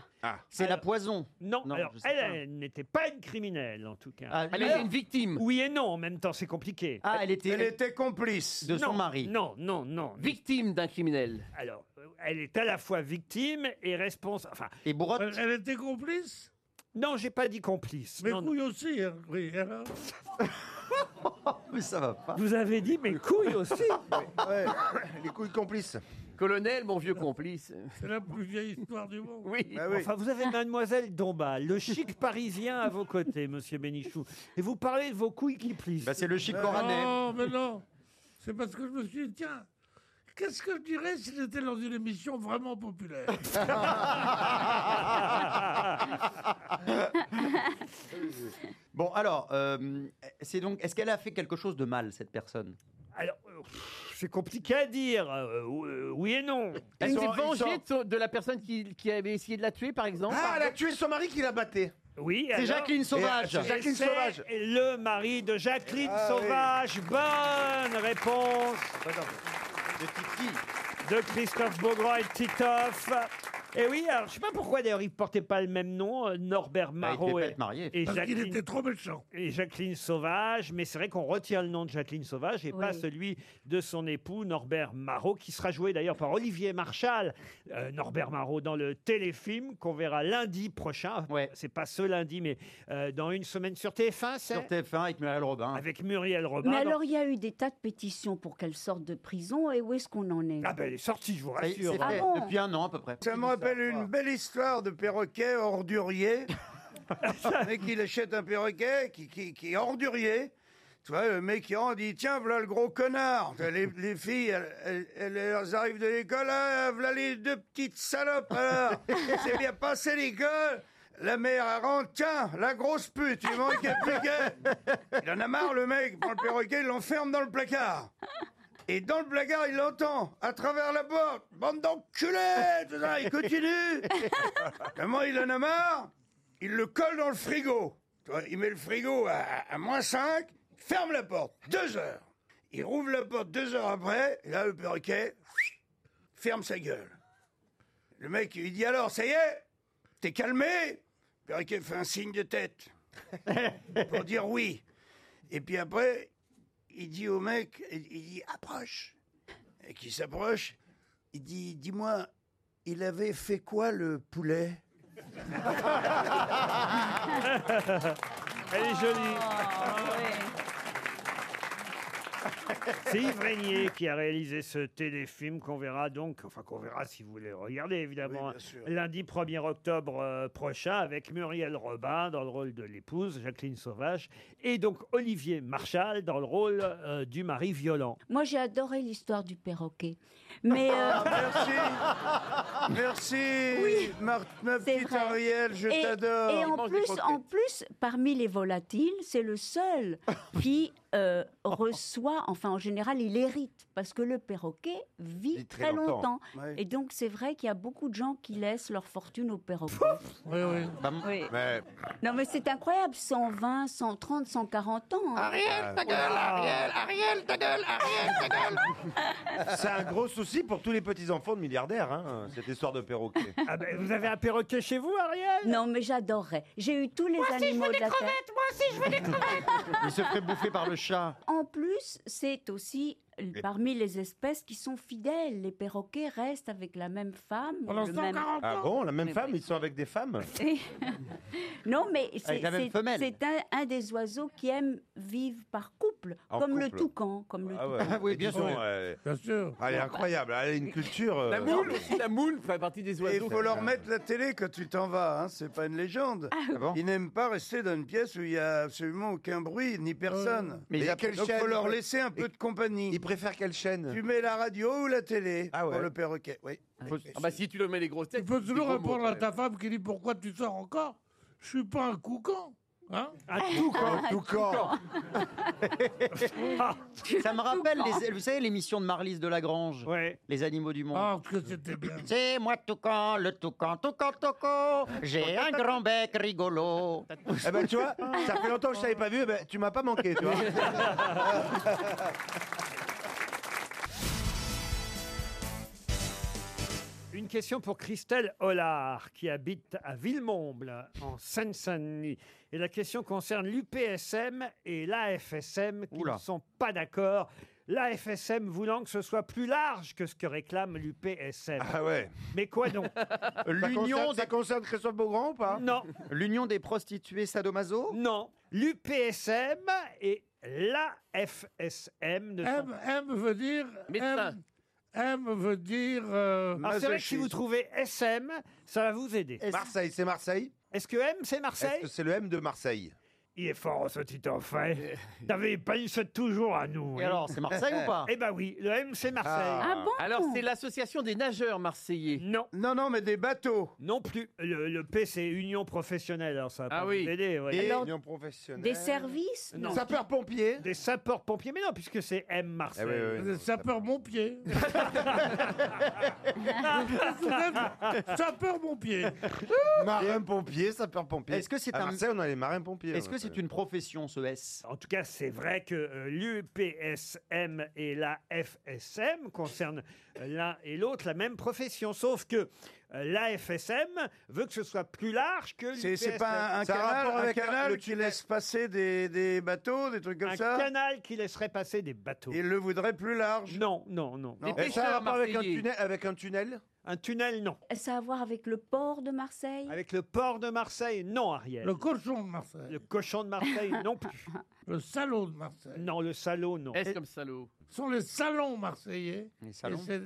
C'est Alors- la poison. Non, Non, alors je sais elle, pas. elle n'était pas une criminelle en tout cas. Ah, Elle mais était alors- une victime. Oui et non en même temps, c'est compliqué. Ah, elle était- Elle était complice de son mari. Non, non, non. Victime d'un criminel. Alors, euh, elle est à la fois victime et responsable. Enfin, Et bourrotte Elle, elle était complice non, j'ai pas dit complice. Mais Non, non. couille aussi, hein. oui. alors. Mais ça va pas. Vous avez dit mes couilles aussi. Ouais, les couilles complices. Colonel, mon vieux complice. C'est la plus vieille histoire du monde. Bah Oui. Enfin, vous avez Mademoiselle Dombal, le chic parisien à vos côtés, monsieur Bénichou. Et vous parlez de vos couilles qui plissent. Bah, c'est le chic Non, mais non. C'est parce que je me suis dit, tiens, qu'est-ce que je dirais si j'étais dans une émission vraiment populaire Bon, alors, euh, c'est donc, est-ce qu'elle a fait quelque chose de mal, cette personne Alors, euh, pff, c'est compliqué à dire. euh, euh, oui et non. Elle s'est vengée de son- de la personne qui, qui avait essayé de la tuer, par exemple. Ah, elle a tué son mari qui l'a batté. Oui, C'est alors- Jacqueline Sauvage. Et- et Jacqueline c'est Sauvage. Le mari de Jacqueline Ah, oui. Sauvage. Bonne réponse. De De Christophe Beaugrand et de Titoff. Et oui, alors je sais pas pourquoi d'ailleurs ils portaient pas le même nom, euh, Norbert devaient Marot Bah, pas et, être mariés. et Parce qu'il Jacqueline, était trop et Jacqueline Sauvage. Mais c'est vrai qu'on retient le nom de Jacqueline Sauvage et Oui. pas celui de son époux Norbert Marot, qui sera joué d'ailleurs par Olivier Marchal, euh, Norbert Marot, dans le téléfilm qu'on verra lundi prochain. C'est pas ce lundi, mais euh, dans une semaine sur TF1, c'est Sur TF1 avec Muriel Robin. avec Muriel Robin. Mais dans- alors, il y a eu des tas de pétitions pour qu'elle sorte de prison, et où est-ce qu'on en est Ah Ah ben, elle est sortie, je vous Ça y est, rassure. c'est fait, depuis un an à peu près. Ça me rappelle une belle histoire de perroquet ordurier. le mec, il achète un perroquet qui, qui, qui est ordurier. Tu vois, le mec, il rentre, il dit Tiens, voilà le gros connard. Tu vois, Les, les filles, elles, elles- elles- elles arrivent de l'école. Ah, voilà les deux petites salopes. Alors, c'est bien passé l'école. La mère, elle rentre Tiens, la grosse pute, il manque un perroquet. Il en a marre, le mec. Il prend le perroquet, il l'enferme dans le placard. Et dans le placard, il l'entend, à travers la porte, bande d'enculés, tout ça, il continue. Comment il en a marre Il le colle dans le frigo. Tu vois, Il met le frigo à, à moins 5, ferme la porte, deux heures. Il rouvre la porte deux heures après, et là, le perroquet ferme sa gueule. Le mec, il lui dit alors, ça y est, t'es calmé Le perroquet fait un signe de tête pour dire oui. Et puis après, il dit au mec, il il dit approche. Et qui s'approche, il dit dis-moi, il avait fait quoi le poulet Elle est jolie. Ah, C'est Yves Régnier qui a réalisé ce téléfilm qu'on verra donc, enfin qu'on verra si vous voulez regarder évidemment, lundi 1er octobre euh, prochain avec Muriel Robin dans le rôle de l'épouse, Jacqueline Sauvage, et donc Olivier Marchal dans le rôle euh, du mari violent. Moi, j'ai adoré l'histoire du perroquet. Mais. Ah, euh, Merci, merci, Oui. ma, ma petite vrai. Ariel, je Et- t'adore. Et en plus, en plus, parmi les volatiles, c'est le seul qui euh, reçoit, enfin en général, il hérite, parce que le perroquet vit très très, longtemps. longtemps. Ouais. Et donc, c'est vrai qu'il y a beaucoup de gens qui laissent leur fortune au perroquet. Oui, oui. Oui. Mais... non, mais c'est incroyable, 120, 130, 140 ans. hein. Ariel, ta gueule, Ariel, Ariel, ta gueule, Ariel, ta gueule. C'est un gros souci pour tous les petits-enfants de milliardaires, hein, cette histoire de perroquet. ben, vous avez un perroquet chez vous, Ariel Non, mais j'adorerais. J'ai eu tous les Moi aussi, je animaux veux des de la terre. crevettes Moi aussi, je veux des crevettes Il se fait bouffer par le chat. En plus, c'est aussi l- parmi les espèces qui sont fidèles. Les perroquets restent avec la même femme. le même- Ah bon, la même femme, ils sont avec des femmes Et- non, mais c'est Avec la même c'est- femelle. c'est un, un des oiseaux qui aime vivre par couple, En comme le couple. toucan. Comme le Ah ouais. toucan. Et dis donc, elle- Elle est incroyable, elle a une culture. euh, La moule aussi, la moule fait partie des Et oiseaux. il faut leur mettre la télé quand tu t'en vas, hein, c'est pas une légende. Ah Ah Ils n'aiment pas rester dans une pièce où il y a absolument aucun bruit ni personne. Euh, Mais il y a quelle Donc chaîne faut leur Ils- laisser un peu de compagnie. Ils préfèrent quelle chaîne Tu mets la radio ou la télé Ah ouais. pour le perroquet. Oui. Ah bah si tu le mets les grosses têtes. Tu peux c'est toujours gros mots, répondre à quand ta femme qui dit pourquoi tu sors encore Je suis pas un coucan. Hein un toucan. Un toucan. Ça me rappelle, les- vous savez, l'émission de Marlise de Lagrange, Les animaux du monde. Ah, que c'était bien. C'est moi toucan, le toucan, toucan, toucan, j'ai un grand bec rigolo. Eh ben tu vois, ça fait longtemps que je t'avais pas vu, eh ben, tu m'as pas manqué, tu vois. Une question pour Christelle Hollard, qui habite à Villemomble, en Seine-Saint-Denis. Et la question concerne l'UPSM et l'AFSM, qui ne sont pas d'accord. L'AFSM voulant que ce soit plus large que ce que réclame l'UPSM. Ah ouais. Mais quoi donc L'union des... Ça concerne Christophe Beaugrand ou pas Non. L'union des prostituées sadomaso Non. L'UPSM et l'AFSM ne sont M, M veut dire. Médecin. M, M veut dire. euh, Alors Ah, c'est vrai que si vous trouvez SM, ça va vous aider. Marseille, c'est Marseille Est-ce que M, c'est Marseille Est-ce que c'est le M de Marseille Il est fort ce petit enfant. T'avais pas eu ça toujours à nous. Et alors, c'est Marseille ou pas Eh ben oui, le M c'est Marseille. Ah. Ah bon Alors, c'est l'association des nageurs marseillais. Non. Non, non, mais des bateaux. Non plus. Le, le P c'est Union professionnelle, alors ça va Ah pas oui. vous aider. ouais. Et union professionnelle. services Non. Sapeurs-pompiers Des sapeurs-pompiers, mais non, puisque c'est M Marseille. Eh oui, oui, Des sapeurs mon pied. sapeur mon pied. Marin-pompier, sapeur-pompier. Est-ce que c'est À un- Marseille, on a les marins-pompiers. Est-ce que ouais. c'est une profession, ce S En tout cas, c'est vrai que euh, l'UPSM et la FSM concernent euh, l'un et l'autre la même profession, sauf que euh, la FSM veut que ce soit plus large que C'est l'UPSM. c'est pas un, un canal, un canal qui laisse passer des, des bateaux, des trucs comme Un ça canal qui laisserait passer des bateaux. Il le voudrait plus large Non, non, non. Non. Et ça a un rapport avec un Marseillais. tunnel, avec un tunnel Un tunnel, non. Ça a à voir avec le port de Marseille Avec le port de Marseille, non, Ariel. Le cochon de Marseille. Le cochon de Marseille, non plus. Le salon de Marseille. Non, le salaud, non. S comme salaud. Ce sont les salons marseillais. Les salons. Et, c'est-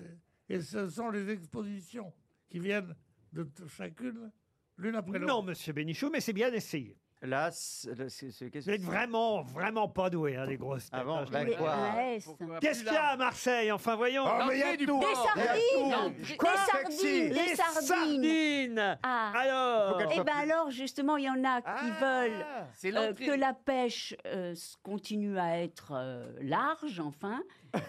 et ce sont les expositions qui viennent de t- chacune, l'une après l'autre. Non, monsieur Bénichou, mais c'est bien essayé. Là, c'est qu'est-ce que Vous êtes vraiment, vraiment pas doué, hein, les grosses têtes. hein, je bah, vous le quoi dis. Ouais, ça. Qu'est-ce qu'il y a à Marseille Enfin, voyons. Oh, mais il y a L'entrée du tout. port. Des Il y a sardines. tout. Des Quoi sardines, Sexy. des Des sardines. sardines. Ah. Alors Eh ben alors, justement, il y en a qui Ah, veulent c'est euh, l'entrée. que la pêche euh, s- continue à être euh, large, enfin.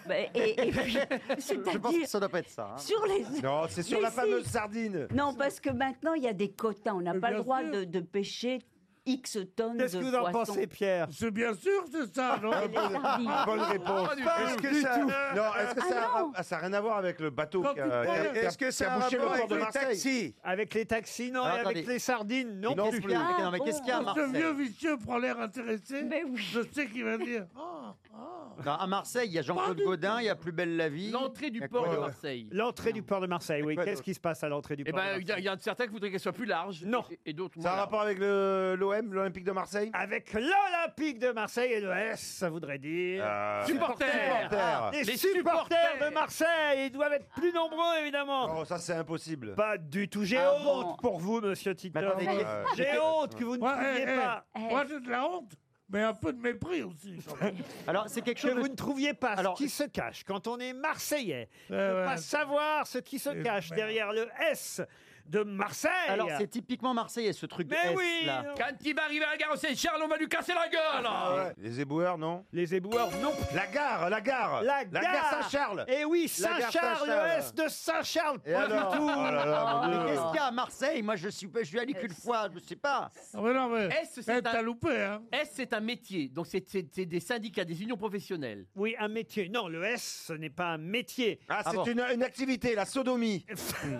Bah, et, et puis, Je pense que c'est-à-dire ça doit pas être ça. hein. sur les... Non, c'est sur Mais la si. fameuse sardine. Non, parce que maintenant, il y a des quotas. On n'a Mais pas bien le droit sûr. de, de pêcher X tonnes de Qu'est-ce que vous en poissons. pensez, Pierre C'est bien sûr, c'est ça, non Les sardines. Ah, Bonne réponse. Ah, du Est-ce que ça Non, est-ce que Ah ça a- non. ah, ça a rien à voir avec le bateau Quand qui a, tu qui a- parles- qui a- Est-ce que qui a ça a un bouché le rapport port avec de les Marseille taxis Avec les taxis, Ah, non, Alors, et avec attendez. les sardines, non. Non plus. plus. Non, mais qu'est-ce qu'il y a à Quand Ah, oh. ce Marseille vieux vicieux prend l'air intéressé, Mais oui. je sais qu'il va dire Ah, ah. Non, à Marseille, il y a Pas Jean-Claude du Godin, il y a Plus belle la vie. L'entrée du Y a port quoi de d'autre Marseille. L'entrée du port de Marseille, oui. quoi Qu'est-ce d'autre qui se passe à l'entrée du Eh port de ben, il y, a- Marseille il y en a certains qui voudraient qu'elle soit plus large. Non. Et, et d'autres Ça a un moins. rapport avec le- l'OM, l'Olympique de Marseille Avec l'Olympique de Marseille et le S, ça voudrait dire. Euh, Supporters. supporters. Ah. Ah. Les, Les supporters, supporters. de Marseille, ils doivent être plus nombreux, évidemment. Oh, ça c'est impossible. Pas du tout. J'ai Ah honte bon. pour vous, monsieur Tito. Mais attendez, qu'est- Euh, J'ai honte que vous ne Moi, trouviez eh, eh, pas. Eh. moi, j'ai de la honte, mais un peu de mépris aussi. quand même. Alors, c'est quelque Que chose. vous de- ne trouviez pas Alors- ce qui se cache quand on est Marseillais. Ouais, ne ouais. pas savoir ce qui se Et cache merde. derrière le S de Marseille. Alors, c'est typiquement marseillais, ce truc de Mais S, oui là. Quand il va arriver à la gare Saint-Charles, on va lui casser la gueule Ah Les éboueurs, non Les éboueurs, non. La gare, la gare La gare. Saint-Charles Et Eh oui, La gare Saint-Charles, le Saint-Charles. S de Saint-Charles. Et alors Oh là Ah, là, mon Mais Dieu. qu'est-ce qu'il y a à Marseille Moi, je suis, je suis allé qu'une fois, je sais pas. Non, mais non, mais. S, eh, c'est t'as un... loupé, hein S, c'est un métier. Donc, c'est c'est- c'est des syndicats, des unions professionnelles. Oui, un métier. Non, le S, ce n'est pas un métier. Ah, c'est Ah bon. une, une activité, la sodomie Hmm.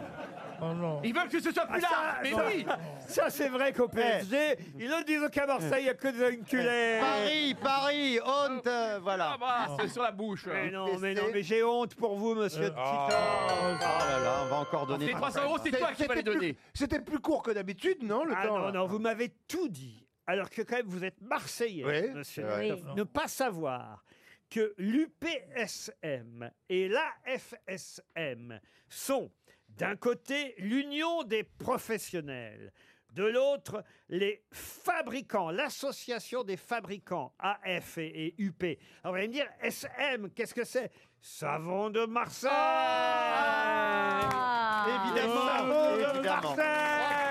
Oh non. Ils veulent que ce soit plus Ah, ça, large. Mais ça- oui Ça, c'est vrai qu'au PSG, ils le disent qu'à Marseille, il n'y a que des enculés. Paris, Paris, honte, euh, voilà. Ah bah, c'est sur la bouche. Mais hein. non, mais non, mais j'ai honte pour vous, Euh, monsieur Tito. Oh là là, on va encore donner. Les 300 euros, c'est toi qui vas les donner. C'était plus court que d'habitude, non, le Ah temps non, là non, vous m'avez tout dit. Alors que quand même, vous êtes Marseillais, Oui, monsieur. c'est vrai. Oui. Ne pas savoir que l'UPSM et l'AFSM sont, d'un côté, l'union des professionnels, de l'autre, les fabricants, l'association des fabricants, AF et, et UP. Alors, vous allez me dire, SM, qu'est-ce que c'est Savon de Marseille Ah. Évidemment, Savon de évidemment. Marseille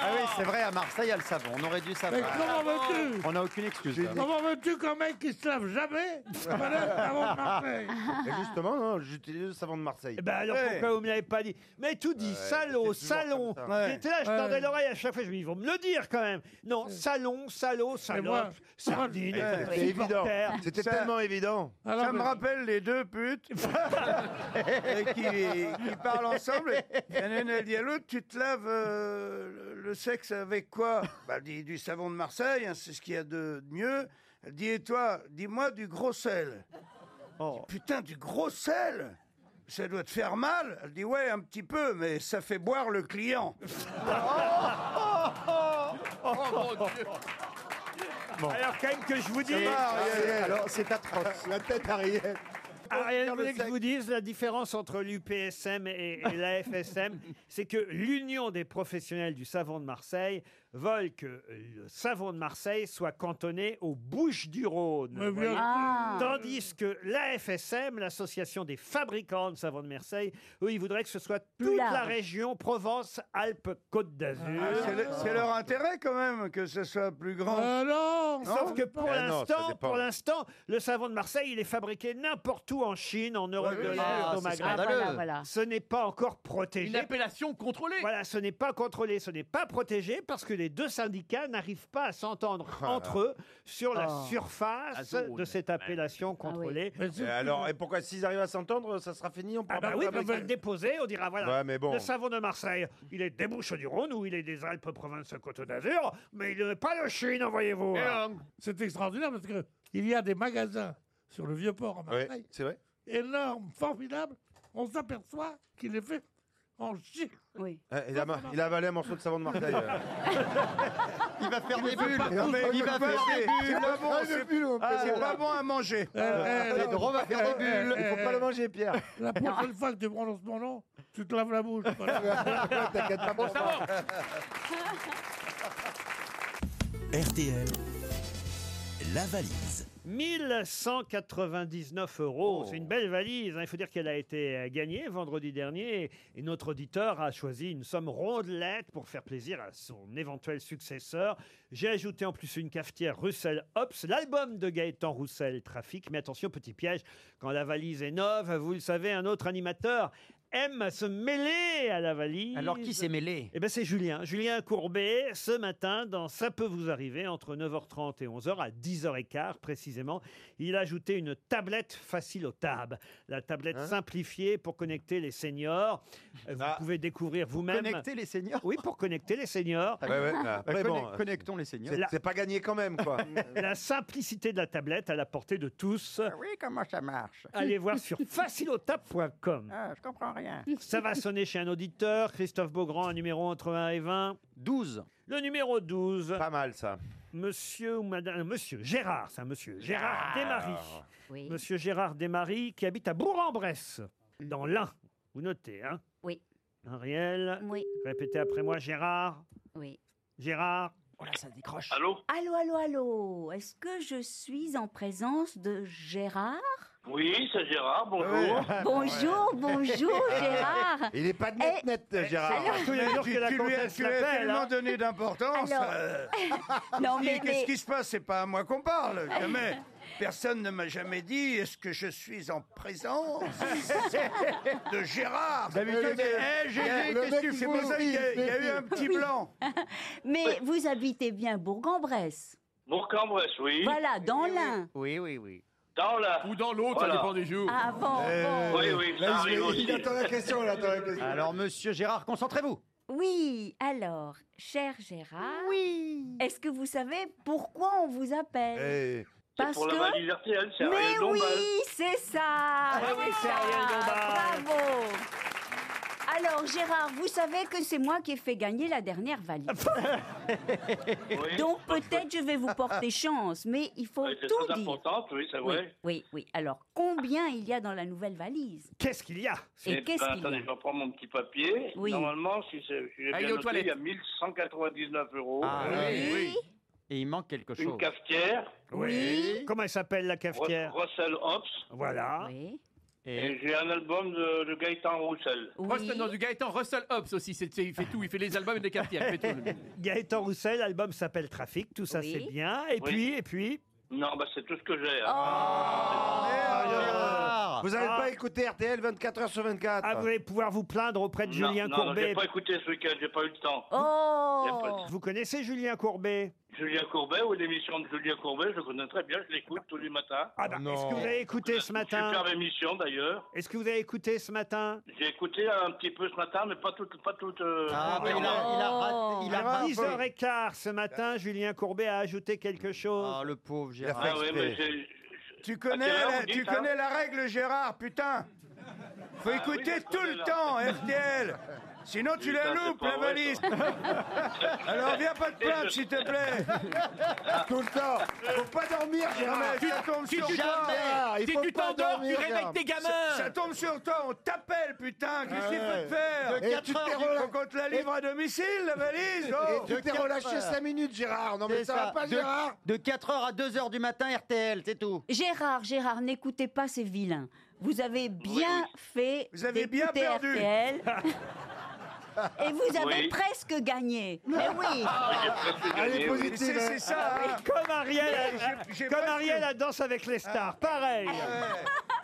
Ah oui, c'est vrai, à Marseille, il y a le savon. On aurait dû Mais savoir. Ah. comment veux-tu On n'a aucune excuse. là. Comment veux-tu qu'un mec qui se lave jamais Ah bah manège avant de Marseille Et Justement, non, j'utilise le savon de Marseille. Eh Ben alors Ouais. pourquoi vous me l'avez pas dit Mais tout dit, Ouais, salaud, c'est toujours salon. comme ça. Ouais. J'étais là, je Ouais. tendais l'oreille à chaque fois, je me dis, ils vont me le dire quand même. Non, salon, salaud, moi- salope, sardine, Eh, supporter. C'était évident. C'était Ça- tellement évident. Alors, ça me mais- rappelle les deux putes euh, qui, qui parlent ensemble. Il y en a une, elle dit à l'autre, tu te laves euh, le sexe avec quoi bah, elle dit, Du savon de Marseille, hein, c'est ce qu'il y a de mieux. Elle dit, et toi, dis-moi du gros sel. Oh. Putain, du gros sel ça doit te faire mal Elle dit ouais un petit peu, mais ça fait boire le client. Oh mon Dieu Alors quand même que je vous dis, Ariel. Alors, c'est atroce. La tête Ariel. Ariel, Ah, vous voulez que je vous dise la différence entre l'UPSM et, et l'AFSM C'est que l'Union des professionnels du savon de Marseille veulent que le savon de Marseille soit cantonné aux Bouches du Rhône. Mais bien Ah. sûr. Tandis que l'AFSM, l'association des fabricants de savon de Marseille, eux, ils voudraient que ce soit toute la large. région Provence-Alpes-Côte d'Azur. Ah, c'est le- c'est leur intérêt quand même que ce soit plus grand. Ah Sauf que pour Ah non, ça l'instant, dépend. pour l'instant, le savon de Marseille, il est fabriqué n'importe où en Chine, en Europe Ouais, de oui, l'Est, oui. au Ah, c'est Maghreb. scandaleux. Voilà, voilà. Ce n'est pas encore protégé. Une appellation contrôlée. Voilà, ce n'est pas contrôlé, ce n'est pas protégé parce que les deux syndicats n'arrivent pas à s'entendre là. entre eux sur la Oh. surface La zone. de cette appellation Ah contrôlée. Et alors, et pourquoi s'ils arrivent à s'entendre, ça sera fini On pourra Ah bah pas oui, le on va fabriquer. le déposer, on dira voilà, Ouais, mais bon. le savon de Marseille, il est des Bouches du Rhône ou il est des Alpes provinces Côte d'Azur, mais il n'est pas de Chine, voyez-vous. Et, hein. euh, C'est extraordinaire parce que il y a des magasins sur le vieux port à Marseille. c'est vrai. Énorme, formidable. On s'aperçoit qu'il est fait en Chine. Oui. Ah, il, a, ma- il a avalé un morceau de savon de Marseille. euh. Il va faire des bulles. Non, mais il va faire des bulles. C'est pas bon, Ah, des c'est- bulles, on peut ah, dire. c'est pas bon à manger. Eh, Les drôles va faire Eh, des bulles. Il faut pas le manger, Pierre. La prochaine fois que tu prononces mon nom, tu te laves la bouche. T'inquiète pas, Bon savon. RTL, la valise. 1199 euros, c'est une belle valise. hein. Il faut dire qu'elle a été euh, gagnée vendredi dernier et notre auditeur a choisi une somme rondelette pour faire plaisir à son éventuel successeur. J'ai ajouté en plus une cafetière Russell Hobbs, l'album de Gaëtan Roussel Trafic. Mais attention, petit piège, quand la valise est neuve, vous le savez, un autre animateur aime se mêler à la valise. Alors, qui s'est mêlé Eh bien, c'est Julien. Julien Courbet, ce matin, dans Ça peut vous arriver, entre 9h30 et 11h, à 10h15 précisément, il a ajouté une tablette facile au tab. La tablette Hein simplifiée pour connecter les seniors. Euh, Vous pouvez découvrir vous-même. Ah. connecter les seniors Oui, pour connecter les seniors. Ouais, ouais, Bah, après, conne- bon, euh, connectons les seniors. c'est- c'est pas gagné quand même, quoi. la simplicité de la tablette à la portée de tous. Ah Oui, comment ça marche Allez voir sur facilotap.com. Ah, je comprends rien. Ça va sonner chez un auditeur. Christophe Beaugrand, un numéro entre 1 et 20. 12. Le numéro 12. Pas mal, ça. Monsieur ou madame. euh, Monsieur Gérard, c'est un monsieur. Gérard Ah. Desmaris. Monsieur Gérard Desmaris, qui habite à Bourg-en-Bresse, dans l'Ain. Vous notez, hein Oui. Ariel. Oui. Répétez après moi, Gérard. Oui. Gérard. Oh là, ça décroche. Allô, allô, allô. Est-ce que je suis en présence de Gérard Oui, c'est Gérard, bonjour. Bonjour, Euh, bonjour Gérard. Il est pas net, net, Gérard. alors- Tous les Mais jours tu, que la tu lui as, comtesse tu lui as l'appelle, tellement hein. donné d'importance. Alors- euh, Non, je dis, mais- Qu'est-ce mais- qui se passe C'est pas à moi qu'on parle. Jamais. Personne ne m'a jamais dit est-ce que je suis en présence de Ah, Gérard D'habitude, Eh, Gégé, euh, le qu'est-ce mec que tu qui fais vous Il y a- il y a eu un petit Oui. blanc. Mais vous habitez bien Bourg-en-Bresse. Bourg-en-Bresse, oui. Voilà, dans l'un. Oui, oui, oui. Dans la. Ou dans l'autre, ça dépend des jours. Ah, bon, bon. Oui, oui, ça arrive aussi. Alors, monsieur Gérard, concentrez-vous. Oui, alors, cher Gérard. Oui. Est-ce que vous savez pourquoi on vous appelle C'est pour la valise RTL, c'est Mais Ariel oui, Dombal. c'est ça. Ah oui, c'est Ariel Dombal. Bravo. Alors Gérard, vous savez que c'est moi qui ai fait gagner la dernière valise. Donc peut-être je vais vous porter chance, mais il faut C'est tout très dire. importante, oui, c'est Oui, vrai. oui, oui. Alors combien il y a dans la nouvelle valise Qu'est-ce qu'il y a Et Eh qu'est-ce ben, qu'il y a Attendez, je vais prendre mon petit papier. Oui. Normalement, si c'est- si j'ai Ah, il est bien aux noté, il y a toilettes. 1199 euros. Et il manque quelque chose. Une cafetière. Oui. Comment elle s'appelle la cafetière Ro- Russell Hobbs. Voilà. Et, j'ai un album de, de Gaëtan Roussel. Russell, non, du Gaëtan Russell Hobbs aussi, c'est- c'est- il fait tout, il fait les albums et les cafetières, il fait tout. Gaëtan Roussel, l'album s'appelle Trafic, tout ça Oui. c'est bien. Et puis, et puis. Non, bah, c'est tout ce que j'ai. Oh. Vous n'avez Ah. pas écouté RTL 24h sur 24 Ah, vous allez pouvoir vous plaindre auprès de Non, Julien non, non, Courbet. j'ai pas écouté ce week-end, j'ai pas eu le temps. Oh. Oh. J'ai pas eu le temps. Vous connaissez Julien Courbet Julien Courbet ou l'émission de Julien Courbet, je connais très bien, je l'écoute tous les matins. Ah bah, Est-ce que vous avez écouté ce matin Superbe émission d'ailleurs. Est-ce que vous avez écouté ce matin J'ai écouté un petit peu ce matin, mais pas toute. Pas toute euh, Ah, Ah, entièrement. À 10h15 ce matin, Julien Courbet a ajouté quelque chose. Ah, le pauvre Gérard. Ah ouais, mais j'ai- Tu connais, Ah, la, vous dites, tu hein connais la règle, Gérard, putain Faut Ah oui, écouter je tout connais le la- temps, RTL Sinon, tu la Putain, c'est loupes, pas la vrai, valise. ça. Alors, viens pas te plaindre, s'il te plaît. Tout le temps. Faut pas dormir, Germain. Ah, Tu- ça tombe si sur tu toi. Ah, t'endors, si tu t'endors, tu réveilles Germain. tes gamins. Ça, ça tombe sur toi. On t'appelle, putain. Qu'est-ce Ah qu'il ouais. peut te faire De Et quatre tu t'es heures, rela- Faut qu'on te la livre à domicile, la valise. oh. Et tu t'es relâché cinq minutes, Gérard. C'est De- De 4h à 2h du matin, RTL, c'est tout. Gérard, Gérard, n'écoutez pas ces vilains. Vous avez bien fait Vous avez bien d'écouter perdu. RTL. Et vous avez Oui. presque gagné. Mais oui. Ah, Ah, Allez, positive, C'est hein. c'est ça. Ah hein. Comme Ariel, à- J'ai- j'ai comme presque- Ariel à Danse avec les stars. Pareil. Ah.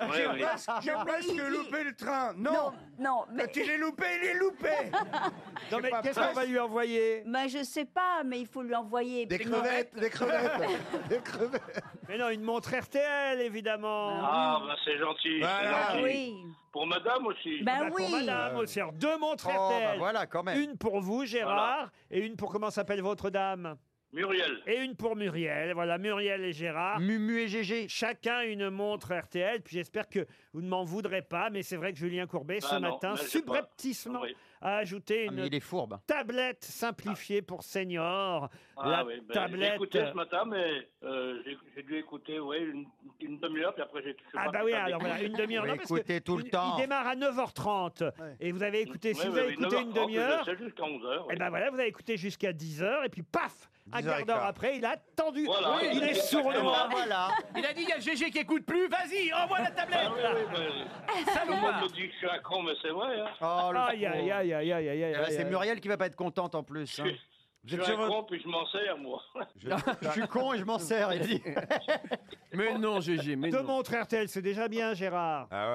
Ah. J'ai oui. presque, j'ai Non, presque il- il- loupé le train. Non, non, mais... Quand il est loupé, il est loupé. Non, mais qu'est-ce qu'on va lui envoyer Ben, je sais pas, mais il faut lui envoyer. Des crevettes, des crevettes. Des crevettes. Mais non, une montre RTL, évidemment. Ah, bah c'est gentil. Voilà. c'est Ah gentil. Oui. Pour madame aussi. Bah, pour madame aussi. Alors, deux montres Oh, bah RTL. voilà, quand même. Une pour vous, Gérard, et une pour comment s'appelle votre dame Muriel. Et une pour Muriel. Voilà, Muriel et Gérard. Mumu et Gégé. Chacun une montre RTL. Puis j'espère que vous ne m'en voudrez pas, mais c'est vrai que Julien Courbet, Bah ce Ah non, matin, là, j'ai pas. subrepticement, a ajouté Ah, une mais il est fourbe. tablette simplifiée pour seniors. Ah La bah, oui, ben, J'ai tablette. écouté ce matin, mais euh, j'ai- j'ai dû écouter ouais, une, une demi-heure, puis après j'ai... je sais Ah pas bah si oui, t'as alors voilà, découpé. une demi-heure. non, parce que une- temps. Il démarre à 9h30. Et vous avez écouté, si Ouais, vous ouais, avez oui, écouté une 9h30, demi-heure, C'est jusqu'à 11h. et ben voilà, vous avez écouté jusqu'à 10h, et puis paf Un 10 heures et quart d'heure quart. après, il a attendu. Voilà. il, Oui, est exactement. sournois. Voilà. Il a dit il y a GG qui écoute plus, vas-y, envoie la tablette Ah oui, oui, ben, tout le monde me dit que je suis un con, mais c'est vrai. Hein. Oh, le Aïe, pauvre. aïe, aïe, aïe, aïe, aïe, Eh ben, aïe, C'est aïe. Muriel qui va pas être contente en plus. hein. Je suis un con, puis je m'en sers, moi. Je suis con et je m'en sers, il dit. Mais non, GG, mais Deux non. montres RTL, c'est déjà bien, Gérard. Ah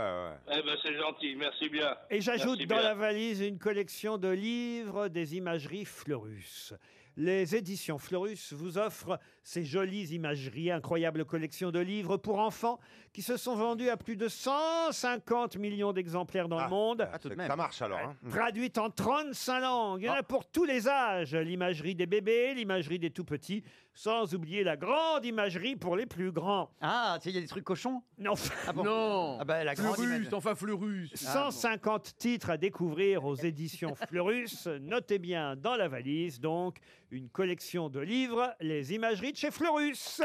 ouais, ouais. Eh ben c'est gentil, merci bien. Et j'ajoute Merci dans bien. la valise une collection de livres des imageries Fleurus. Les éditions Fleurus vous offrent ces jolies imageries, incroyable collection de livres pour enfants qui se sont vendus à plus de 150 millions d'exemplaires Ah, dans le monde. Ça marche alors. hein. Mm. Traduite en 35 langues. Il Ah. y en a pour tous les âges. L'imagerie des bébés, l'imagerie des tout-petits, sans oublier la grande imagerie pour les plus grands. Ah, tu sais, il y a des trucs cochons Non. Non. Ah bah, la grande Fleurus, image- Ah enfin Fleurus. 150 titres à découvrir aux éditions Fleurus. Notez bien dans la valise, donc, une collection de livres, les imageries de chez Fleurus.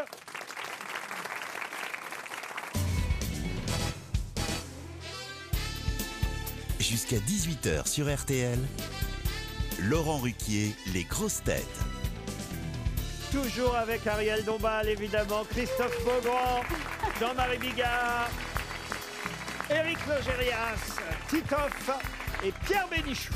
Jusqu'à 18h sur RTL, Laurent Ruquier, les grosses têtes. Toujours avec Ariel Dombal, évidemment, Christophe Beaugrand, Jean-Marie Bigard, Éric Logérias, Titoff et Pierre Bénichou.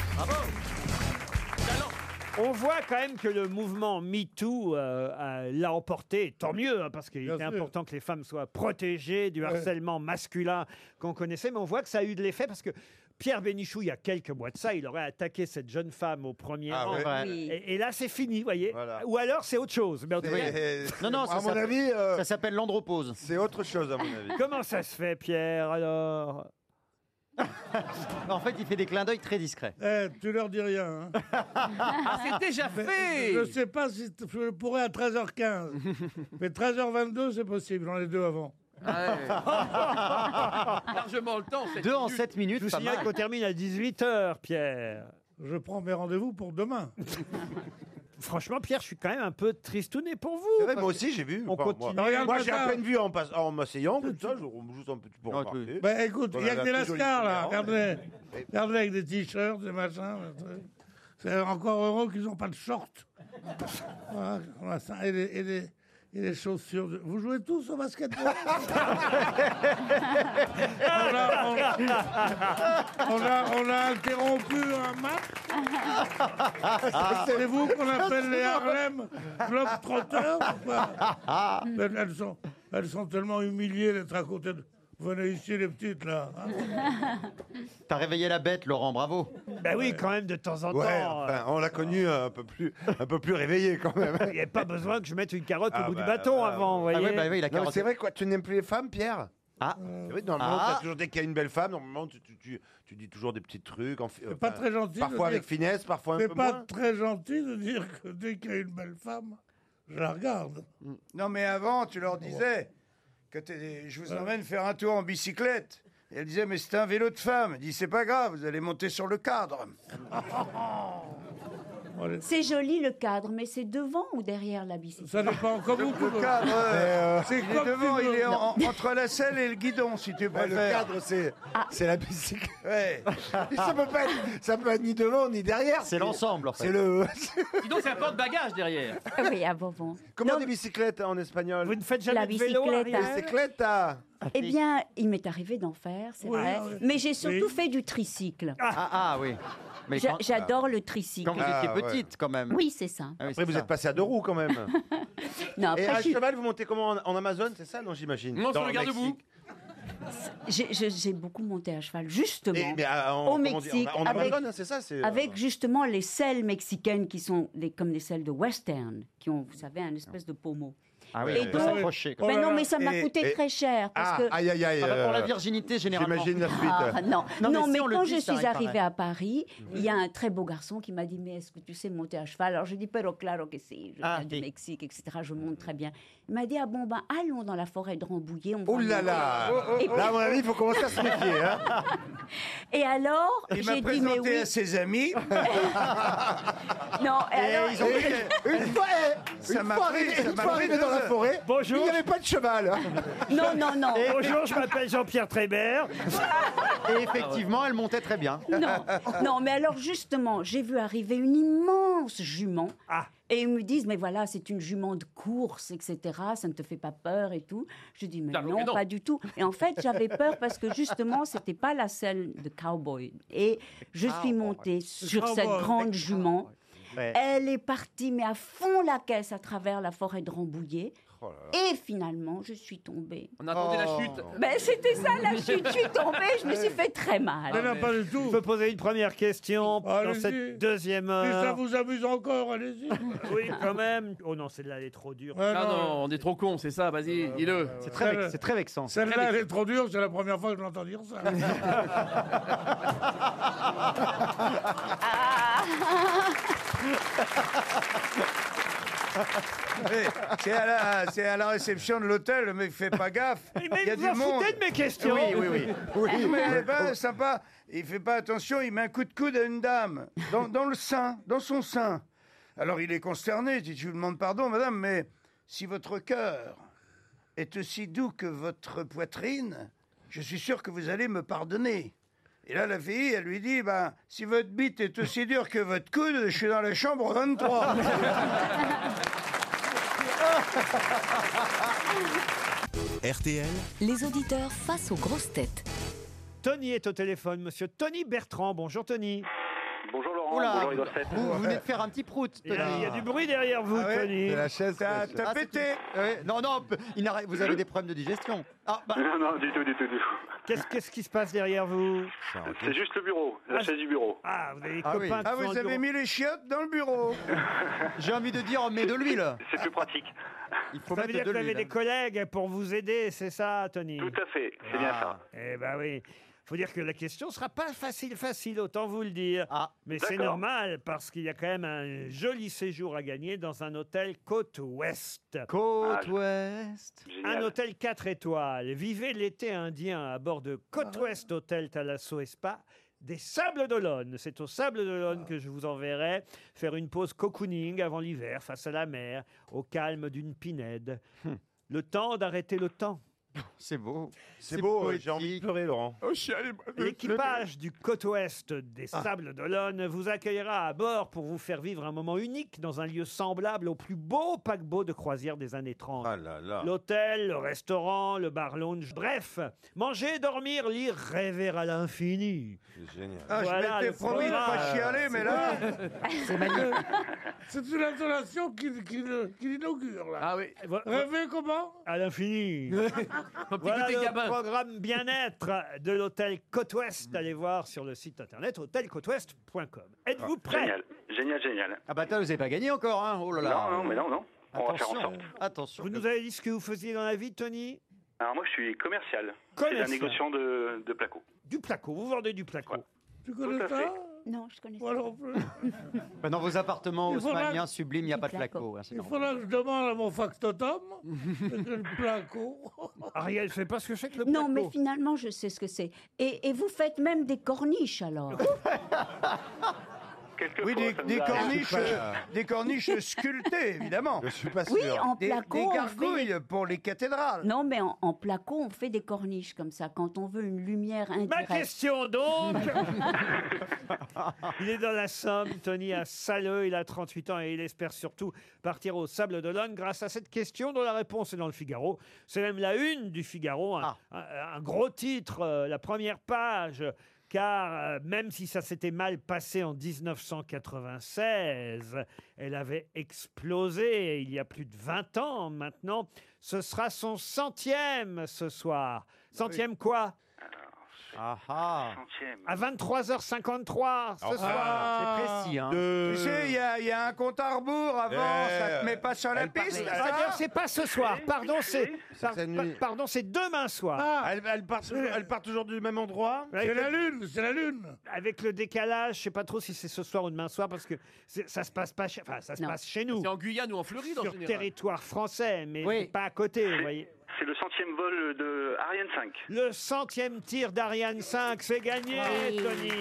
On voit quand même que le mouvement MeToo euh, euh, l'a emporté, tant mieux, hein, parce qu'il Bien était sûr. important que les femmes soient protégées du harcèlement masculin qu'on connaissait, mais on voit que ça a eu de l'effet parce que Pierre Bénichou, il y a quelques mois de ça, il aurait attaqué cette jeune femme au premier Ah rang. ouais. Oui. Et, et là, c'est fini, vous voyez. Ou alors, c'est autre chose. Mais en tout cas- Non, non, ça à mon s'appelle- avis, euh, ça s'appelle l'andropause. c'est autre chose, à mon avis. Comment ça se fait, Pierre, alors En fait, il fait des clins d'œil très discrets. Eh, tu leur dis rien. hein. Ah, c'est déjà Mais fait Je sais pas si t- je pourrais à 13h15. mais 13h22, c'est possible, on est deux avant. Ah Largement le temps. cette minute. 7 minutes, Je vous pas signale mal. qu'on termine à 18h, Pierre. Je prends mes rendez-vous pour demain. Franchement, Pierre, je suis quand même un peu tristouné pour vous. Ouais, parce moi que- aussi, j'ai vu. On Enfin, continue. Moi, Regarde Moi, pas j'ai à ça. peine vu en, passe- en m'asseyant, comme ça, je juste un petit peu remarqué. Bah écoute, On il y a avait que un des plus joli lascars là, itinérant, regardez. mais- Regardez avec des t-shirts, des machins. des trucs. C'est encore heureux qu'ils n'ont pas de short. Voilà, voilà, ça, et, des, et des- et des chaussures. de- Vous jouez tous au basketball on, a, on a- on a- on a interrompu un match. C'est vous qu'on appelle les Harlem Globetrotters ou quoi Mais elles sont, elles sont tellement humiliées d'être à côté de... Venez ici les petites là. hein. T'as réveillé la bête, Laurent, bravo. Bah oui, quand même, de temps en temps. Ouais, enfin, on l'a connu euh, un peu plus, un peu plus réveillé quand même. Il n'y avait pas besoin que je mette une carotte Ah au bout du bah, bâton bah, avant, vous ah ouais, voyez. bah oui, la Non, mais carotte. c'est vrai, quoi, tu n'aimes plus les femmes, Pierre Ah. Oui, normalement, Ah. t'as toujours, dès qu'il y a une belle femme, normalement, tu, tu, tu, tu dis toujours des petits trucs. en fi- euh, pas enfin, très gentil de Parfois dire- avec finesse, parfois un C'est peu pas moins. très gentil de dire que dès qu'il y a une belle femme, je la regarde. Mm. Non, mais avant, tu leur disais que t'es- je vous emmène faire un tour en bicyclette. Et elle disait, mais c'est un vélo de femme. Elle dit, c'est pas grave, vous allez monter sur le cadre. C'est joli le cadre, mais c'est devant ou derrière la bicyclette Ça dépend comme vous Le cadre, euh, c'est il est comme devant, tu veux. il est en- Non. entre la selle et le guidon, si tu Ouais, préfères. le cadre, c'est c'est la bicyclette. Et ça peut pas être, ça peut être ni devant ni derrière. C'est l'ensemble, en fait. C'est le. Dis donc, c'est un porte-bagages derrière. Oui, ah bon, bon. Comment on dit bicyclette en espagnol Vous ne faites jamais La de vélo, bicyclette, Ariel hein. Bicyclette, ah. Eh bien, il m'est arrivé d'en faire, c'est Oui, vrai. oui. Mais j'ai surtout Oui. fait du tricycle. Ah, ah oui. Mais J'a- quand- Ah. J'adore le tricycle. Quand vous étiez petite, quand même. Oui, c'est ça. Ah oui, Ah, Après, c'est vous ça. êtes passé à deux roues quand même. Non, Et après, à je suis- cheval, vous montez comment en, en Amazon C'est ça, non, j'imagine Non, sur Dans le garde-boue. Mexique. j'ai- j'ai j'ai beaucoup monté à cheval, justement. Eh Et- mais, ah, en- au comment on dit, en- Mexique. en avec, Amazone, hein, c'est ça, euh, c'est- avec justement les selles mexicaines qui sont des- comme des selles de western, qui ont, vous savez, un espèce de pommeau. Ah oui, Et on peut donc- s'accrocher, quoi. Ben non, mais ça m'a Et- coûté et- très cher. Parce Ah, que... aïe, aïe, aïe, Ah, bah, pour la euh, virginité, généralement. j'imagine la suite. Ah, non. Non, non, mais mais, si on le quand dit, je ça suis arrive pareil. arrivée à Paris, il y a un très beau garçon qui m'a dit Mais est-ce que tu sais monter à cheval Alors j'ai dit Pero claro que si, je Ah, viens du Mexique, etc. Je monte très bien. Il m'a dit Ah bon, ben allons dans la forêt de Rambouillet. On Oh va là monter. là Et Là, à mon puis- avis, il faut commencer à se méfier. Hein. et alors, Il m'a j'ai dit, mais présenté oui. à ses amis. Non, et alors, ils ont dit que- une fois, eh, Ça une m'a fois pris- arrivé, ça une m'a fois pris arrivé deux dans la heures. forêt, Bonjour. il n'y avait pas de cheval. Non, non, non. Bonjour, je m'appelle Jean-Pierre Trébert. Et effectivement, elle montait très bien. Non, Ah. non, mais alors justement, j'ai vu arriver une immense jument. Et ils me disent, mais voilà, c'est une jument de course, etc. Ça ne te fait pas peur et tout. Je dis, mais Ah, non, mais non. pas du tout. Et en fait, j'avais peur parce que justement, c'était pas la selle de cowboy. Et je suis Cowboy. montée sur Cowboy. cette grande jument. Ouais. Elle est partie, mais à fond la caisse à travers la forêt de Rambouillet. Oh là Et finalement, je suis tombée. On attendait la chute. Ben, c'était ça la chute. Je suis tombée, je me suis fait très mal. Je peux poser une première question dans Allez-y. cette deuxième Si ça heure. vous amuse encore, allez-y. Oui, quand même. Oh non, celle-là, elle est trop dure. Ah non, on est trop cons, c'est ça, vas-y, dis-le. C'est très vex- c'est très vexant. Celle-là, elle est trop dure, c'est la première fois que je l'entends dire ça. Eh, C'est à, la- c'est à la réception de l'hôtel, le mec fait pas gaffe. Mais, mais il y a vous du en foutez monde. de mes questions. Oui, oui, oui. Oui. Non, mais elle est pas sympa. Il fait pas attention, il met un coup de coude à une dame, dans, dans le sein, dans son sein. Alors il est consterné, il dit, je vous demande pardon, madame, mais si votre cœur est aussi doux que votre poitrine, je suis sûr que vous allez me pardonner. Et là, la fille, elle lui dit, ben, si votre bite est aussi dure que votre coude, je suis dans la chambre 23. RTL, Les auditeurs face aux grosses têtes. Tony est au téléphone, monsieur Tony Bertrand. Bonjour Tony. Bonjour Laurent, Oula, bonjour les grossettes. Oh Vous, vous venez de faire un petit prout, Il y, Tony. a, il y a du bruit derrière vous, Ah ouais Tony. De la chaise, T'as- de la t'as chaise. pété. Ah, c'est- ouais, non, non, p- il n'arrête- vous avez des problèmes de digestion. Ah, bah. Non, non, du tout, du tout, du tout. Qu'est-ce qu'est-ce qui se passe derrière vous C'est juste le bureau, la chaise du bureau. Ah, vous avez Ah oui. copains qui Ah, sont vous dans le avez bureau. mis- mis les chiottes dans le bureau. J'ai envie de dire, mets de l'huile. C'est plus pratique. Il faut Ça veut mettre dire que de vous avez l'huile. des collègues pour vous aider, c'est ça, Tony Tout à fait, c'est Ah. bien ça. Eh ben oui. Faut dire que la question sera pas facile, facile, autant vous le dire. Ah, Mais c'est D'accord. normal parce qu'il y a quand même un joli séjour à gagner dans un hôtel côte ouest. Ah, Côte ouest. Un hôtel 4 étoiles. Vivez l'été indien à bord de Ah Côte Ouest Hôtel Talasso et Spa. Des Sables d'Olonne. C'est aux Sables d'Olonne Ah. que je vous enverrai faire une pause cocooning avant l'hiver, face à la mer, au calme d'une pinède. Le temps d'arrêter le temps. Hum. C'est beau. C'est beau, j'ai envie de pleurer, Laurent. L'équipage du côte ouest des Sables d'Olonne vous accueillera à bord pour vous faire vivre un moment unique dans un lieu semblable au plus beau paquebot de croisière des années 30. L'hôtel, le restaurant, le bar lounge, bref, manger, dormir, lire, rêver à l'infini. Génial. Ah, Voilà je m'étais le promis de pas programme. chialer, mais là... C'est magnifique. C'est une installation qu'il qui, le- qui l'inaugure, là. Ah oui. Rêvez comment À l'infini. voilà goûter le Gabin. programme bien-être de l'hôtel Côte-Ouest. Allez voir sur le site internet hôtelcôte-ouest.com. Êtes-vous prêt Ah, Génial, génial, génial. Ah, bah, attends, vous n'avez pas gagné encore, hein. Oh là là. Non, non, mais non, non. On va faire en Attention, sorte. euh, attention. Vous nous avez dit ce que vous faisiez dans la vie, Tony Alors moi, je suis commercial. C'est un Commercial. négociant de, de placo. Du placo. Vous vendez du placo. Tu Tout à connais ça fait. Non, je connais Moi non plus. Bah, dans vos appartements Il faudra- haussmanniens sublimes, il n'y a pas de placo. hein, c'est Il normal. faudra que je demande à mon factotum le placo. Ariel, c'est pas ce que c'est que le Non, mais finalement, je sais ce que c'est. Et, et vous faites même des corniches alors. Oui, des, des corniches, euh, des corniches sculptées, évidemment. Je suis pas Oui, en des, placo, Des on gargouilles fait- pour les cathédrales. Non, mais en, en placo, on fait des corniches comme ça quand on veut une lumière indirecte. question donc Il est dans la Somme, Tony à Saleux, il a 38 ans et il espère surtout partir au Sable d'Olonne grâce à cette question dont la réponse est dans le Figaro. C'est même la une du Figaro, un, un- un gros titre, euh, la première page. Car euh, même si ça s'était mal passé en 1996, elle avait explosé il y a plus de 20 ans maintenant. Ce sera son centième ce soir. Centième quoi à 23h53 ce Ah, soir. c'est précis, hein. De- Tu sais, il y a- il y a un compte à rebours avant, Eh, ça te met pas sur la elle piste, parlait. ça Ah, d'ailleurs, c'est pas ce soir. Pardon, c'est par- par- pardon, c'est demain soir. Ah. elle, elle part toujours, elle part toujours du même endroit Avec le- c'est la lune. Avec le décalage, je sais pas trop si c'est ce soir ou demain soir parce que c'est- ça se passe pas chez, enfin, ça se passe chez nous. C'est en Guyane ou en Floride en Sur général. territoire français, mais c'est pas à côté, vous voyez. C'est le centième vol de Ariane 5. Le centième tir d'Ariane 5, c'est gagné, Oui. Tony.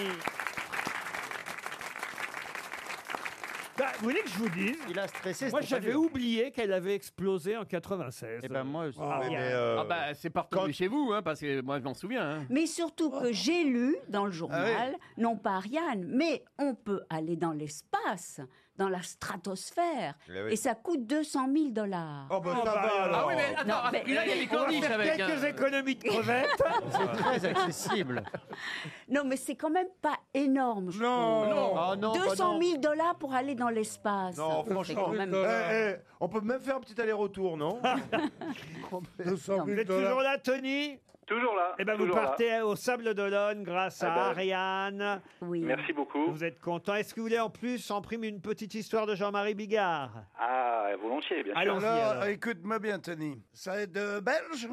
Bah, vous voulez que je vous dise Il a stressé. Moi, c'était pas j'avais dur. oublié qu'elle avait explosé en 96. Eh ben, moi aussi. euh, Ah, bien. Ah bah c'est partout chez vous, hein, parce que moi je m'en souviens. hein. Mais surtout que j'ai lu dans le journal, Ah non pas Ariane, mais on peut aller dans l'espace, dans la stratosphère, Eh oui. et ça coûte 200 000 dollars. Oh, bah, ça va, alors. Ah oui, mais attends, Non, mais- il y a des On va corniches faire avec. euh, quelques économies de crevettes. C'est très accessible. Non, mais c'est quand même pas énorme. je trouve. non. Ah, non, bah, 200 non. 000 dollars pour aller dans l'espace. Non, C'est franchement, quand même- Eh, eh, on peut même faire un petit aller-retour, non Vous êtes toujours là, Tony Toujours là. Eh ben, vous toujours là. partez au Sable d'Olonne grâce à Ah ben. Ariane. Oui. Merci beaucoup. Vous êtes content. Est-ce que vous voulez en plus en prime une petite histoire de Jean-Marie Bigard Ah, volontiers, bien sûr. Allons-y, alors, alors. euh, écoute-moi bien, Tony. Ça est de Belges.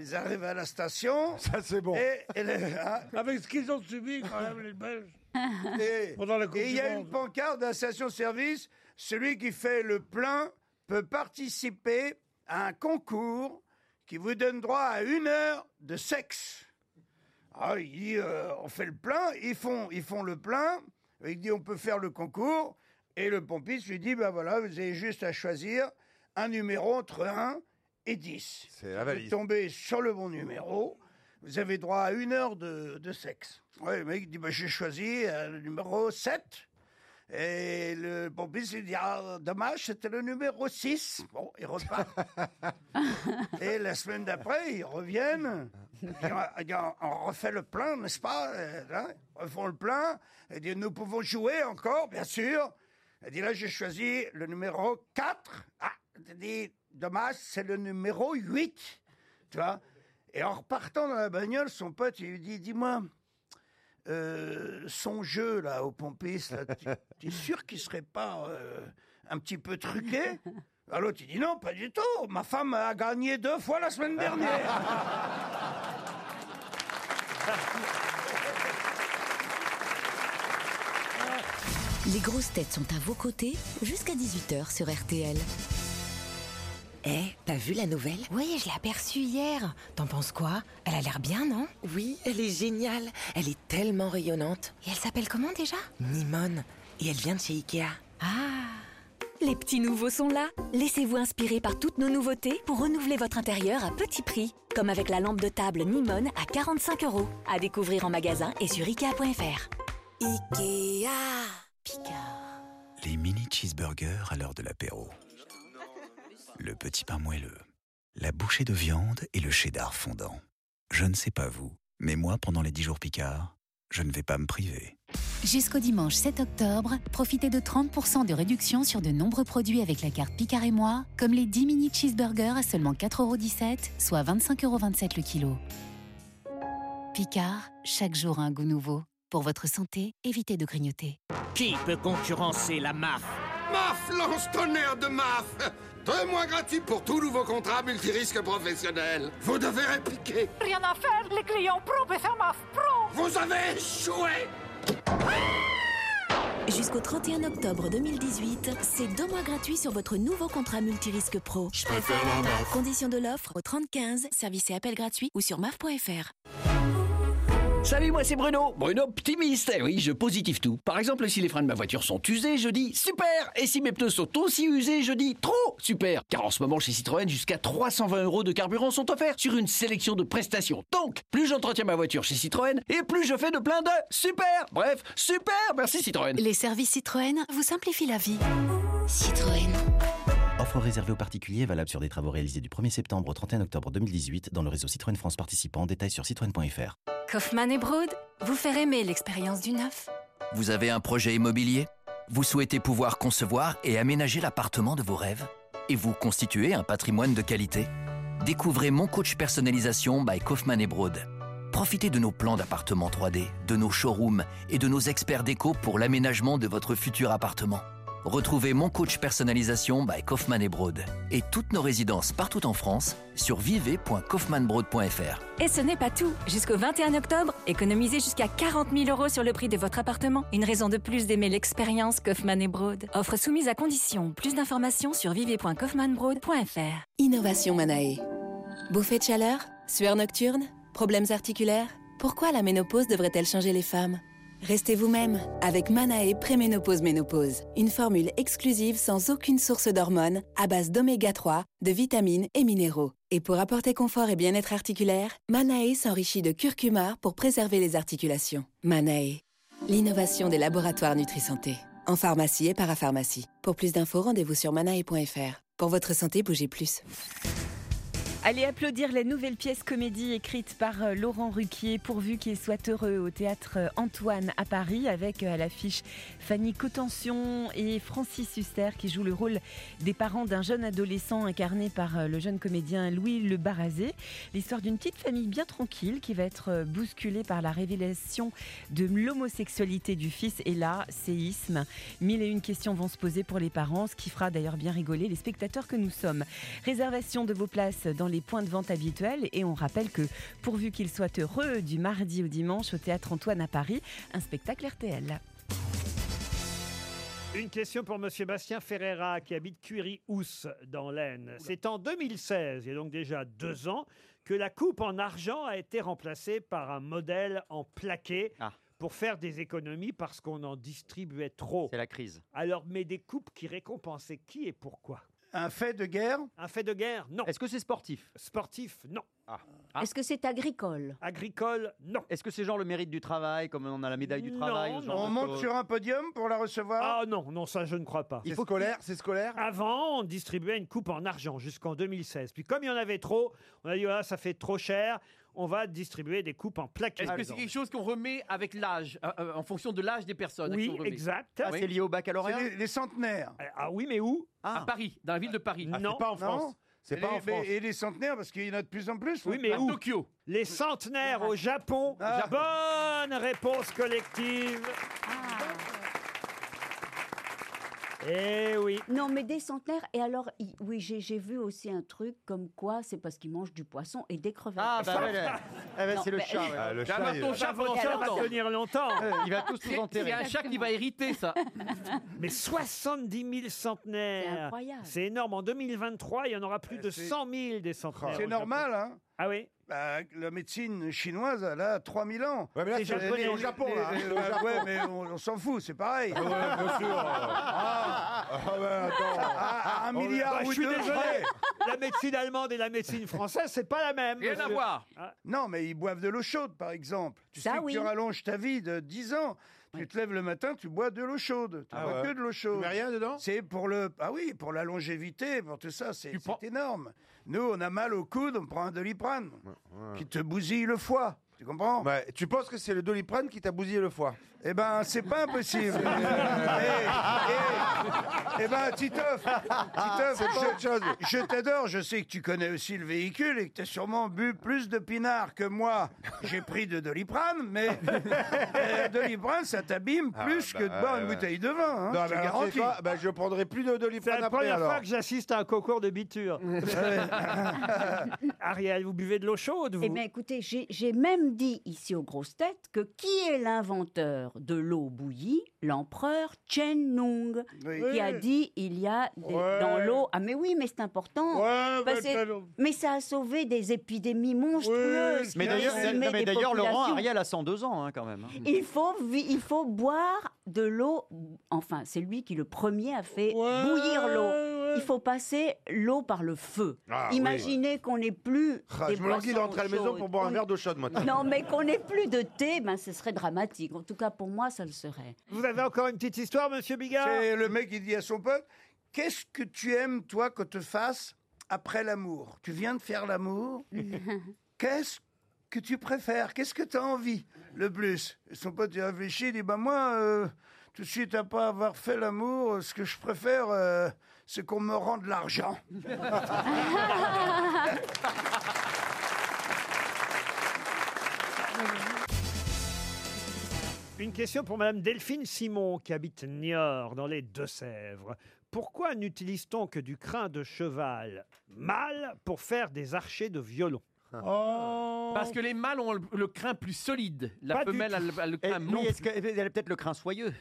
Ils arrivent à la station. Ça, c'est bon. Et, et les- hein, Avec ce qu'ils ont subi, quand même, les Belges. et- Pendant la Coupe et il y du a Monde. une pancarte à la station-service. Celui qui fait le plein peut participer à un concours qui vous donne droit à une heure de sexe. Ah, il dit, euh, on fait le plein, ils font, ils font le plein, il dit, on peut faire le concours, et le pompiste lui dit, ben voilà, vous avez juste à choisir un numéro entre 1 et 10. C'est la Vous valise. tombez sur le bon numéro, vous avez droit à une heure de, de sexe. Ouais, le mec dit, ben j'ai choisi euh, le numéro 7. Et le pompiste lui dit, ah, dommage, c'était le numéro 6. Bon, il repart. Et la semaine d'après, ils reviennent. Ils ont- ils ont- on refait le plein, n'est-ce pas euh, hein Ils refont le plein. Et dit, nous pouvons jouer encore, bien sûr. Elle dit, là, j'ai choisi le numéro 4. Ah, elle dit, dommage, c'est le numéro 8. Tu vois Et en repartant dans la bagnole, son pote, il lui dit, dis-moi, euh, son jeu, là, au pompiste, là, tu tu es sûr qu'il serait pas euh, un petit peu truqué Alors l'autre, il dit, non, pas du tout. Ma femme a gagné deux fois la semaine dernière. Les grosses têtes sont à vos côtés jusqu'à 18h sur RTL. Eh, t'as vu la nouvelle Oui, je l'ai aperçue hier. T'en penses quoi Elle a l'air bien, non Oui, elle est géniale. Elle est tellement rayonnante. Et elle s'appelle comment déjà Nimone. Et elle vient de chez Ikea. Ah Les petits nouveaux sont là. Laissez-vous inspirer par toutes nos nouveautés pour renouveler votre intérieur à petit prix. Comme avec la lampe de table Nimone à 45 euros. À découvrir en magasin et sur Ikea.fr. Ikea Les mini cheeseburgers à l'heure de l'apéro. Le petit pain moelleux. La bouchée de viande et le cheddar fondant. Je ne sais pas vous, mais moi, pendant les 10 jours Picard, je ne vais pas me priver. Jusqu'au dimanche 7 octobre, profitez de 30% de réduction sur de nombreux produits avec la carte Picard et moi, comme les 10 mini cheeseburgers à seulement 4,17€, soit 25,27€ le kilo. Picard, chaque jour un goût nouveau. Pour votre santé, évitez de grignoter. Qui peut concurrencer la MAF MAF, lance-tonnerre de MAF Deux mois gratuits pour tout nouveau contrat multirisque professionnel. Vous devez répliquer. Rien à faire, les clients pro peuvent faire ma pro. Vous avez échoué Jusqu'au 31 octobre 2018, c'est deux mois gratuits sur votre nouveau contrat multirisque pro. Je préfère la MAF. Condition de l'offre au 3015, service et appel gratuit ou sur maf.fr. Salut, moi c'est Bruno. Bruno optimiste. Eh oui, je positive tout. Par exemple, si les freins de ma voiture sont usés, je dis super. Et si mes pneus sont aussi usés, je dis trop super. Car en ce moment, chez Citroën, jusqu'à 320 euros de carburant sont offerts sur une sélection de prestations. Donc, plus j'entretiens ma voiture chez Citroën, et plus je fais de plein de super. Bref, super. Merci Citroën. Les services Citroën vous simplifient la vie. Citroën. Offre réservée aux particuliers valable sur des travaux réalisés du 1er septembre au 31 octobre 2018 dans le réseau Citroën France participant. Détail sur citroën.fr. Kaufmann et Broad vous faire aimer l'expérience du neuf. Vous avez un projet immobilier Vous souhaitez pouvoir concevoir et aménager l'appartement de vos rêves Et vous constituer un patrimoine de qualité Découvrez Mon Coach Personnalisation by Kaufman et Broad. Profitez de nos plans d'appartements 3D, de nos showrooms et de nos experts déco pour l'aménagement de votre futur appartement. Retrouvez Mon Coach Personnalisation by Kaufman et Broad et toutes nos résidences partout en France sur vivez.kaufmanbroad.fr. Et ce n'est pas tout. Jusqu'au 21 octobre, économisez jusqu'à 40 000 euros sur le prix de votre appartement. Une raison de plus d'aimer l'expérience Kaufman et Broad. Offre soumise à condition. Plus d'informations sur vivier.kaufmanbroad.fr. Innovation Manae. Bouffée de chaleur Sueur nocturne Problèmes articulaires Pourquoi la ménopause devrait-elle changer les femmes Restez vous-même avec Manae Préménopause Ménopause, une formule exclusive sans aucune source d'hormones, à base d'oméga 3, de vitamines et minéraux. Et pour apporter confort et bien-être articulaire, Manae s'enrichit de curcuma pour préserver les articulations. Manae, l'innovation des laboratoires Nutrisanté, en pharmacie et parapharmacie. Pour plus d'infos, rendez-vous sur manae.fr. Pour votre santé, bougez plus. Allez applaudir la nouvelle pièce comédie écrite par euh, Laurent Ruquier, pourvu qu'il soit heureux, au théâtre euh, Antoine à Paris, avec euh, à l'affiche Fanny Cotention et Francis Huster qui jouent le rôle des parents d'un jeune adolescent incarné par euh, le jeune comédien Louis Le Barrazé. L'histoire d'une petite famille bien tranquille qui va être euh, bousculée par la révélation de l'homosexualité du fils. Et là, séisme. Mille et une questions vont se poser pour les parents, ce qui fera d'ailleurs bien rigoler les spectateurs que nous sommes. Réservation de vos places dans les points de vente habituels et on rappelle que pourvu qu'ils soient heureux du mardi au dimanche au théâtre Antoine à Paris, un spectacle RTL. Une question pour Monsieur Bastien Ferreira qui habite Cuiry-Housse dans l'Aisne. C'est en 2016, il y a donc déjà deux ans, que la coupe en argent a été remplacée par un modèle en plaqué Ah. pour faire des économies parce qu'on en distribuait trop. C'est la crise. Alors, mais des coupes qui récompensaient qui et pourquoi Un fait de guerre Un fait de guerre, non. Est-ce que c'est sportif Ah. Sportif, non. Est-ce que c'est agricole Agricole, non. Est-ce que c'est genre le mérite du travail, comme on a la médaille du travail ce genre On de monte choses sur un podium pour la recevoir Ah non, non, ça je ne crois pas. C'est scolaire, c'est scolaire Avant, on distribuait une coupe en argent jusqu'en 2016. Puis comme il y en avait trop, on a dit ah, ça fait trop cher, on va distribuer des coupes en plaquettes. Est-ce que c'est quelque chose qu'on remet avec l'âge, euh, euh, en fonction de l'âge des personnes Oui, qu'on remet Ah, exact. Oui. C'est les, les centenaires. Ah oui, mais où À Paris, dans la ville de Paris. Et les- mais- Et les centenaires, parce qu'il y en a de plus en plus. Ah. Oui, mais où Les centenaires au Japon. Bonne réponse collective. Eh oui. Non, mais des centenaires. Et alors, i- oui, j'ai j'ai vu aussi un truc comme quoi c'est parce qu'ils mangent du poisson et des crevettes. Ah, bah ouais, ouais. Eh ben, Non, c'est le mais- chat. ouais. Ah, le chat, il- Ton chat va tenir longtemps. Euh, Il va tous nous enterrer. Il y a un chat qui va hériter ça. Mais 70 000 centenaires. C'est incroyable. C'est énorme. En 2023, il y en aura plus de 100 000 des centenaires. au C'est Japon. normal, hein Ah oui La médecine chinoise, elle a 3000 ans. Ouais, mais là, Les c'est- Japonais- elle est au Japon, là, les- hein, les- au Japon. Ouais, mais on, on s'en fout, c'est pareil. Ah ouais, bien sûr. Ah, bah, attends. Ah, un milliard Bah, ou Je suis deux, désolé. ouais. La médecine allemande et la médecine française, c'est pas la même. Rien à monsieur. voir. Ah, Non, mais ils boivent de l'eau chaude, par exemple. Tu Ça, sais que oui. tu rallonges ta vie de 10 ans. Tu te lèves le matin, tu bois de l'eau chaude. Tu Ah bois ouais. que de l'eau chaude. Tu mets rien dedans C'est pour le ah oui, pour la longévité, pour tout ça, c'est c'est énorme. Nous, on a mal au coude, on prend un doliprane qui te bousille le foie. Tu comprends Tu penses que c'est le doliprane qui t'a bousillé le foie Eh ben, c'est pas impossible. Eh, eh, eh ben, Titoff, Titoff, C'est pas je- autre chose. je t'adore, je sais que tu connais aussi le véhicule et que tu as sûrement bu plus de pinard que moi. J'ai pris de Doliprane, mais euh, Doliprane, ça t'abîme Ah, plus bah, que de boire ouais, une ouais. bouteille de vin. hein, Non, je te mais alors, garantis. c'est pas- bah, je prendrai plus de doliprane C'est la après. première alors. fois que j'assiste à un concours de biture. Ah. Ariel, vous buvez de l'eau chaude, vous Eh bien, écoutez, j'ai j'ai même même dit ici aux grosses têtes que qui est l'inventeur de l'eau bouillie L'empereur Chen Nung, qui a Oui. dit il y a des- Ouais. dans l'eau. Ah mais oui, mais c'est important. Ouais, Parce mais que- t'as- mais ça a sauvé des épidémies monstrueuses. Mais qui ont d'ailleurs, décimé non, mais des d'ailleurs, Laurent populations. Ariel a 102 ans hein, quand même. hein. Il faut, vi- il faut boire de l'eau. Enfin, c'est lui qui le premier a fait bouillir l'eau. Il faut passer l'eau par le feu. Ah, oui. Imaginez qu'on n'ait plus. Ah, des je me langue, il est boissons rentré à la maison chaudes. pour boire un On- verre d'eau chaude, moi. Non, mais qu'on n'ait plus de thé, ben, ce serait dramatique. En tout cas, pour moi, ça le serait. Vous avez encore une petite histoire, monsieur Bigard C'est le mec qui dit à son pote Qu'est-ce que tu aimes, toi, que te fasse après l'amour Tu viens de faire l'amour Qu'est-ce que tu préfères Qu'est-ce que tu as envie le plus Et Son pote il réfléchit, il dit Bah, moi, euh, tout de suite, à pas avoir fait l'amour, ce que je préfère, euh, c'est qu'on me rende l'argent. Une question pour Madame Delphine Simon qui habite Niort dans les Deux-Sèvres. Pourquoi n'utilise-t-on que du crin de cheval mâle pour faire des archers de violon Parce que les mâles ont le, le crin plus solide. La Pas du femelle a le, tout. a le Eh, crin oui, mou. est-ce que- elle a peut-être le crin soyeux.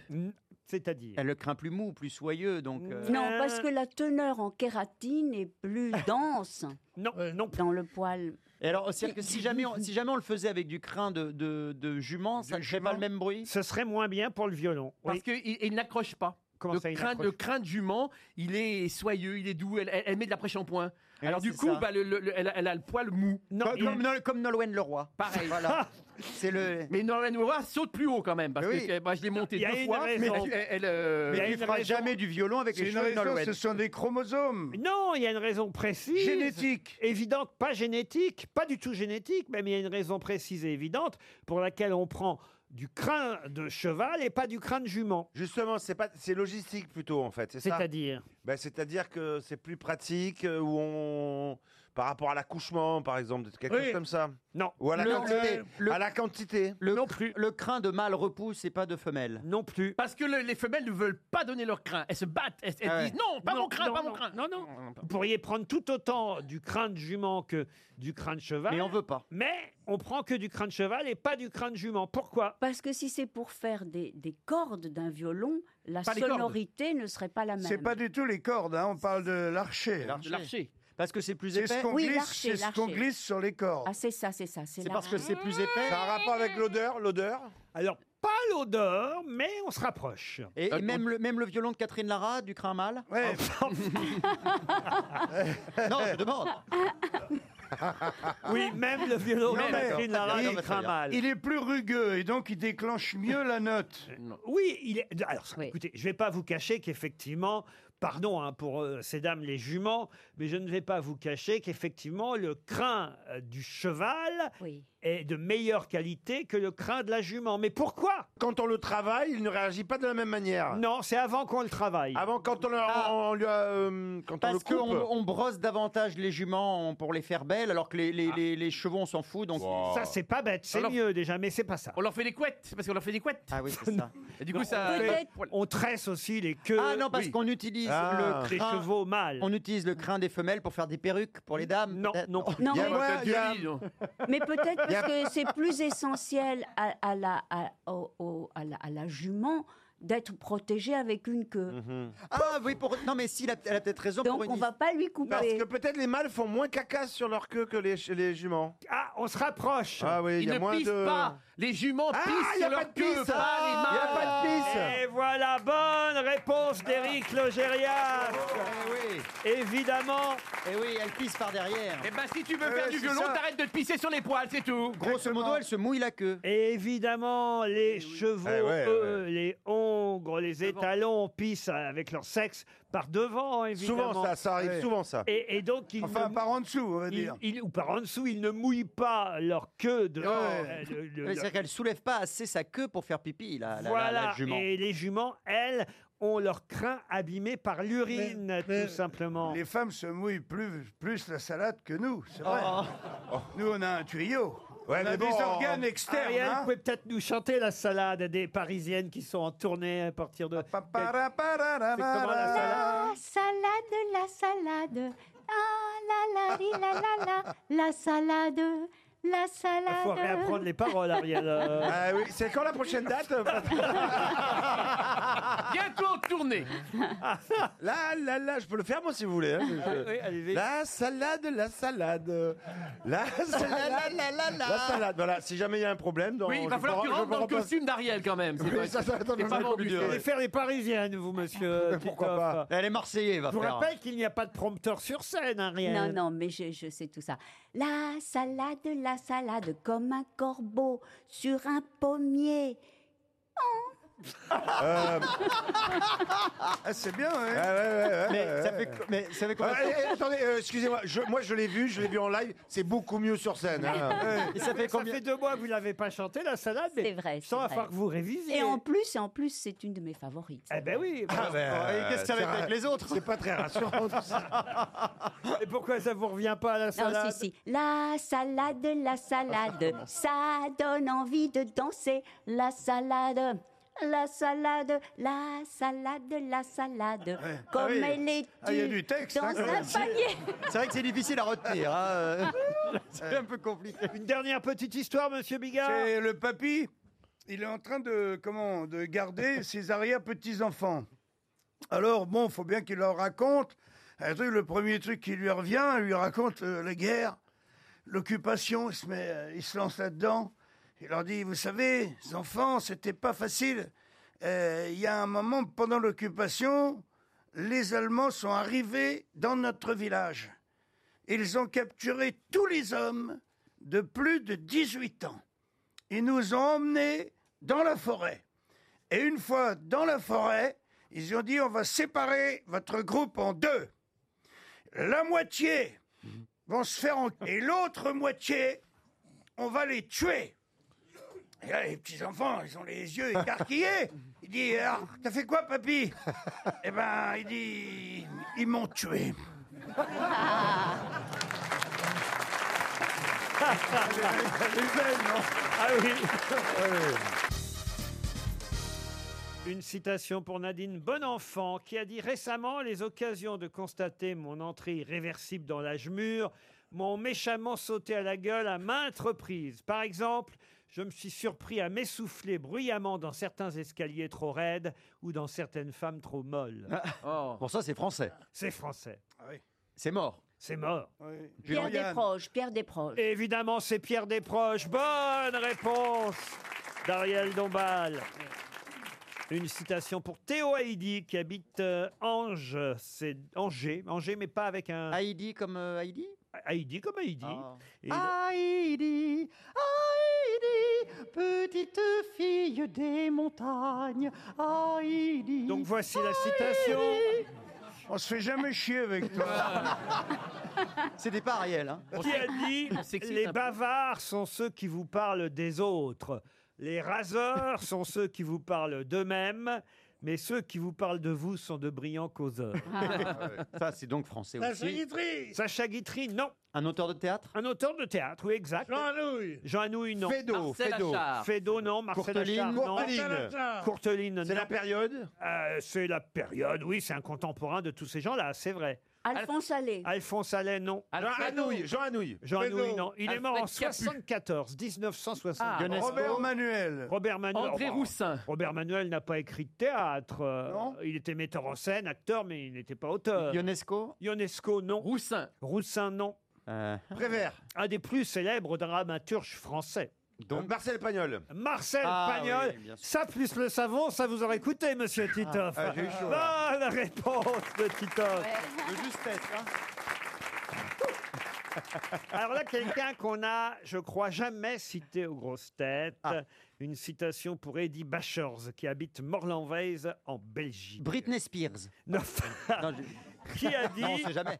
C'est-à-dire Elle a le crin plus mou, plus soyeux, donc. euh, Non, parce que la teneur en kératine est plus dense. non, non. Dans le poil. Et alors, c'est-à-dire que si jamais, on, si jamais on le faisait avec du crin de, de, de jument, ça ne ferait pas le même bruit Ce serait moins bien pour le violon. Parce qu'il il n'accroche pas. Comment le, ça, il crin, n'accroche le crin de jument, il est soyeux, il est doux, elle, elle- elle met de l'après-shampoing. Ouais, Alors du c'est coup, ça. bah, le- le- le- elle, a- elle a le poil mou. comme, comme, Nol- comme Nolwenn Leroy. Pareil. Voilà. C'est le. Mais Norman Wara saute plus haut quand même, parce Oui. que euh, moi, je l'ai monté Il y a deux une fois. raison. Mais elle, elle, euh, Mais il y a une raison. C'est une raison, Ce sont des chromosomes. Non, il y a une raison précise. Génétique. Évidente, pas génétique, pas du tout génétique, même il y a une raison précise et évidente pour laquelle on prend du crin de cheval et pas du crin de jument. Justement, c'est pas, c'est logistique plutôt en fait, c'est ça. C'est-à-dire Ben, c'est-à-dire que c'est plus pratique euh, où on, par rapport à l'accouchement par exemple, quelque Oui. chose comme ça. Non. Ou à la Le- quantité. le- le- À la quantité. Le, le crin de mâle repousse et pas de femelle. Non plus. Parce que le- les femelles ne veulent pas donner leur crin. Elles se battent. Elles, elles Ah ouais. disent non, pas Non, mon crin, non, pas non, mon crin. Non, non. Vous pourriez prendre tout autant du crin de jument que du crin de cheval. Mais on veut pas. Mais on prend que du crin de cheval et pas du crin de jument. Pourquoi Parce que si c'est pour faire des, des cordes d'un violon, la Pas les cordes. sonorité ne serait pas la même. C'est pas du tout les cordes, hein, on parle de l'archer. De l'archer. Parce que c'est plus C'est épais. ce qu'on Oui, glisse, l'archer, c'est ce qu'on l'archer. glisse sur les cordes. Ah, c'est ça, c'est ça. C'est C'est la- parce que c'est plus épais. Ça a un rapport avec l'odeur, l'odeur. Alors, pas l'odeur, mais on se rapproche. Et, Euh, et même, le, même le violon de Catherine Lara, du crin mâle Oh. Non, je demande. Oui, même le violon de Non, mais- Catherine Lara, il- il craint mal. Ah. Il est plus rugueux et donc il déclenche mieux la note. Euh, Oui, il est. Alors, ça, écoutez, je ne vais pas vous cacher qu'effectivement, pardon hein, pour euh, ces dames les juments, mais je ne vais pas vous cacher qu'effectivement, le crin euh, du cheval est de meilleure qualité que le crin de la jument. Mais pourquoi Quand on le travaille, il ne réagit pas de la même manière. Non, c'est avant qu'on le travaille. Ah, Avant, quand on, le- on lui a, euh, quand on le Parce coupe. qu'on on brosse davantage les juments on- pour les faire belles, alors que les, les, Ah. les- les chevaux, on s'en fout. Donc... Oh. Ça, c'est pas bête, c'est mieux déjà, mais c'est pas ça. On leur fait des couettes, c'est parce qu'on leur fait des couettes. Ah oui, c'est ça. Et du coup, Non, ça. on fait- On tresse aussi les queues. Ah non, parce qu'on utilise Ah. le Des crin. chevaux mâles. On utilise le crin des femelles pour faire des perruques pour les dames. Non, non. Non, Il y a- mais- il y a- Mais peut-être parce que c'est plus essentiel à, à la, à, au- au- à la, à la jument d'être protégée avec une queue. Mm-hmm. Ah oui, pour... non mais si, elle a, elle a peut-être raison. Donc pour une... on va pas lui couper. Parce que peut-être les mâles font moins caca sur leur queue que les, les juments. Ah, on se rapproche. Ah oui, il Ils y a ne moins pissent de. pas. Les juments Ah, pissent y a pas sur leur de queue, pisse. pas les Y a mâles. pas de pisse. Et voilà, bonne réponse d'Éric Logérias. Évidemment. Et oui, elle pisse par derrière. Eh ben, si tu veux Euh, faire du c'est violon, ça. t'arrêtes de te pisser sur les poils, c'est tout. Grosso modo, elle se mouille la queue. Évidemment, les chevaux, Eh ouais, eux, les hongres, les étalons pissent avec leur sexe par devant, hein, évidemment. Souvent, ça, ça arrive, Ouais. souvent, ça. Et, et donc, ils Enfin, par en dessous, on va dire. ou par en dessous, ils ne mouillent pas leur queue Oh. de. euh, le- le- Mais C'est-à-dire qu'elle soulève pas assez sa queue pour faire pipi, la, la- Ah la- voilà. la jument. Et les juments, elles, ont leur crin abîmé par l'urine, tout simplement. Les femmes se mouillent plus, plus la salade que nous, c'est vrai. Oh. Nous, on a un tuyau. on a des organes externes. Ariel, hein. vous pouvez peut-être nous chanter la salade des Parisiennes qui sont en tournée à partir de. C'est comment la salade La salade, la salade. Ah la la ri, la la la. La salade, La Il salade. faut réapprendre les paroles, Ariel. Euh, Ah oui, c'est quand la prochaine date euh, Bientôt en tournée. Là, là, là, je peux le faire moi si vous voulez. hein. Je- Ah Oui, allez-y. la salade, la salade. La La, salade, la, la, la. la salade. Voilà, si jamais il y a un problème. Dans, Oui, il va je falloir vous- que tu je rentres vous dans le repasse- costume d'Ariel quand même. Oui, pas- ça, ça, ça, t'es ça, pas ça, vendu. ça, Vous allez Ouais. faire les Parisiens, à nouveau, monsieur. Pourquoi pas Elle est marseillaise, va Je vous faire. rappelle qu'il n'y a pas de prompteur sur scène, Ariel. Non, non, mais je, je sais tout ça. La salade, la salade, comme un corbeau sur un pommier. Euh, Ah, c'est bien, ouais. Mais ça fait mais ça fait combien de temps Attendez, euh, excusez-moi, je- moi je l'ai vu, je l'ai vu en live, c'est beaucoup mieux sur scène. hein. ça fait deux mois que vous ne l'avez pas chanté, la salade. C'est Sans vrai. c'est va vrai. falloir que vous révisiez. Et en plus, et en plus, c'est une de mes favorites. Eh ben oui. Ah ben, euh, c'est ra- C'est pas très rassurant. tout ça. Et pourquoi ça vous revient pas à la Non, salade si, si. La salade, la Ah, salade, ça donne envie de danser. La salade, la salade, la salade, la salade, comme Ah oui. elle est dure Ah, il y a du texte, dans hein, quand un même. panier. C'est vrai que c'est difficile à retenir. hein, euh. C'est un peu compliqué. Une dernière petite histoire, monsieur Bigard. C'est le papy, il est en train de, comment, de garder ses arrière-petits-enfants. Alors, bon, faut bien qu'il leur raconte. Un truc, le premier truc qui lui revient, il lui raconte euh, la guerre, l'occupation, il, se met, euh, il se lance là-dedans. Il leur dit, vous savez, les enfants, c'était pas facile. Euh, Il y a un moment, pendant l'occupation, les Allemands sont arrivés dans notre village. Ils ont capturé tous les hommes de plus de 18 ans. Ils nous ont emmenés dans la forêt. Et une fois dans la forêt, ils ont dit on va séparer votre groupe en deux. La moitié vont se faire en... et l'autre moitié, on va les tuer. Et là, les petits enfants, ils ont les yeux écarquillés. Il dit alors, t'as fait quoi, papy Eh ben, il dit ils m'ont tué. Ah oui. Une citation pour Nadine Bonenfant qui a dit récemment Les occasions de constater mon entrée irréversible dans l'âge mûr m'ont méchamment sauté à la gueule à maintes reprises. Par exemple, je me suis surpris à m'essouffler bruyamment dans certains escaliers trop raides ou dans certaines femmes trop molles. Bon, Ah. ça, c'est français. C'est français. Ah, C'est mort. C'est mort. Pierre Desproges, Pierre Desproges. Évidemment, c'est Pierre Desproges. Bonne réponse d'Ariel Dombal. Une citation pour Théo Haïdi qui habite euh, Ange, c'est Angers, Angers mais pas avec un Haïdi comme euh, Ah. Haïdi Haïdi comme Haïdi. Et il- Heidi, Heidi, petite fille des montagnes, Heidi. Donc voici la citation. On se fait jamais chier avec toi. C'était pas Ariel. Hein. Qui a dit les bavards sont ceux qui vous parlent des autres, les raseurs sont ceux qui vous parlent d'eux-mêmes, mais ceux qui vous parlent de vous sont de brillants causeurs. Ah. Ça, c'est donc français Sacha aussi. Guitry Sacha Guitry, non. Un auteur de théâtre Un auteur de théâtre, oui, exact. Jean Anouilh Jean Anouilh, non. Fédot, Marcel Fédot. Achard. Fédot, non. Marcel Courteline. Achard, non. Courteline. Courteline, Euh, C'est la période C'est la période, oui, c'est un contemporain de tous ces gens-là, c'est vrai. Alphonse Allais. Alphonse Allais, non. Jean Anouilh, Jean Anouilh. Jean Fédot. Anouilh, non. Il est mort en Alfred Capu. 74, Ah, 1974. Ionesco. Robert Manuel. Robert Manuel. André Roussin. Robert Manuel n'a pas écrit de théâtre. euh, Il était metteur en scène, acteur, mais il n'était pas auteur. Ionesco Ionesco, non. Roussin. Roussin, non. Euh. Prévert. Un des plus célèbres dramaturges français. Donc Marcel Pagnol. Marcel Ah Pagnol, oui, bien sûr. ça plus le savon, ça vous aurait coûté, monsieur Titoff. ah, j'ai eu chaud, Bonne réponse de Titoff. De justesse. hein. Alors là, quelqu'un qu'on a, je crois, jamais cité aux grosses têtes. Ah. Une citation pour Eddie Bachers, qui habite Morlanvez en Belgique. Britney Spears. Non. Qui a dit Non, on sait jamais.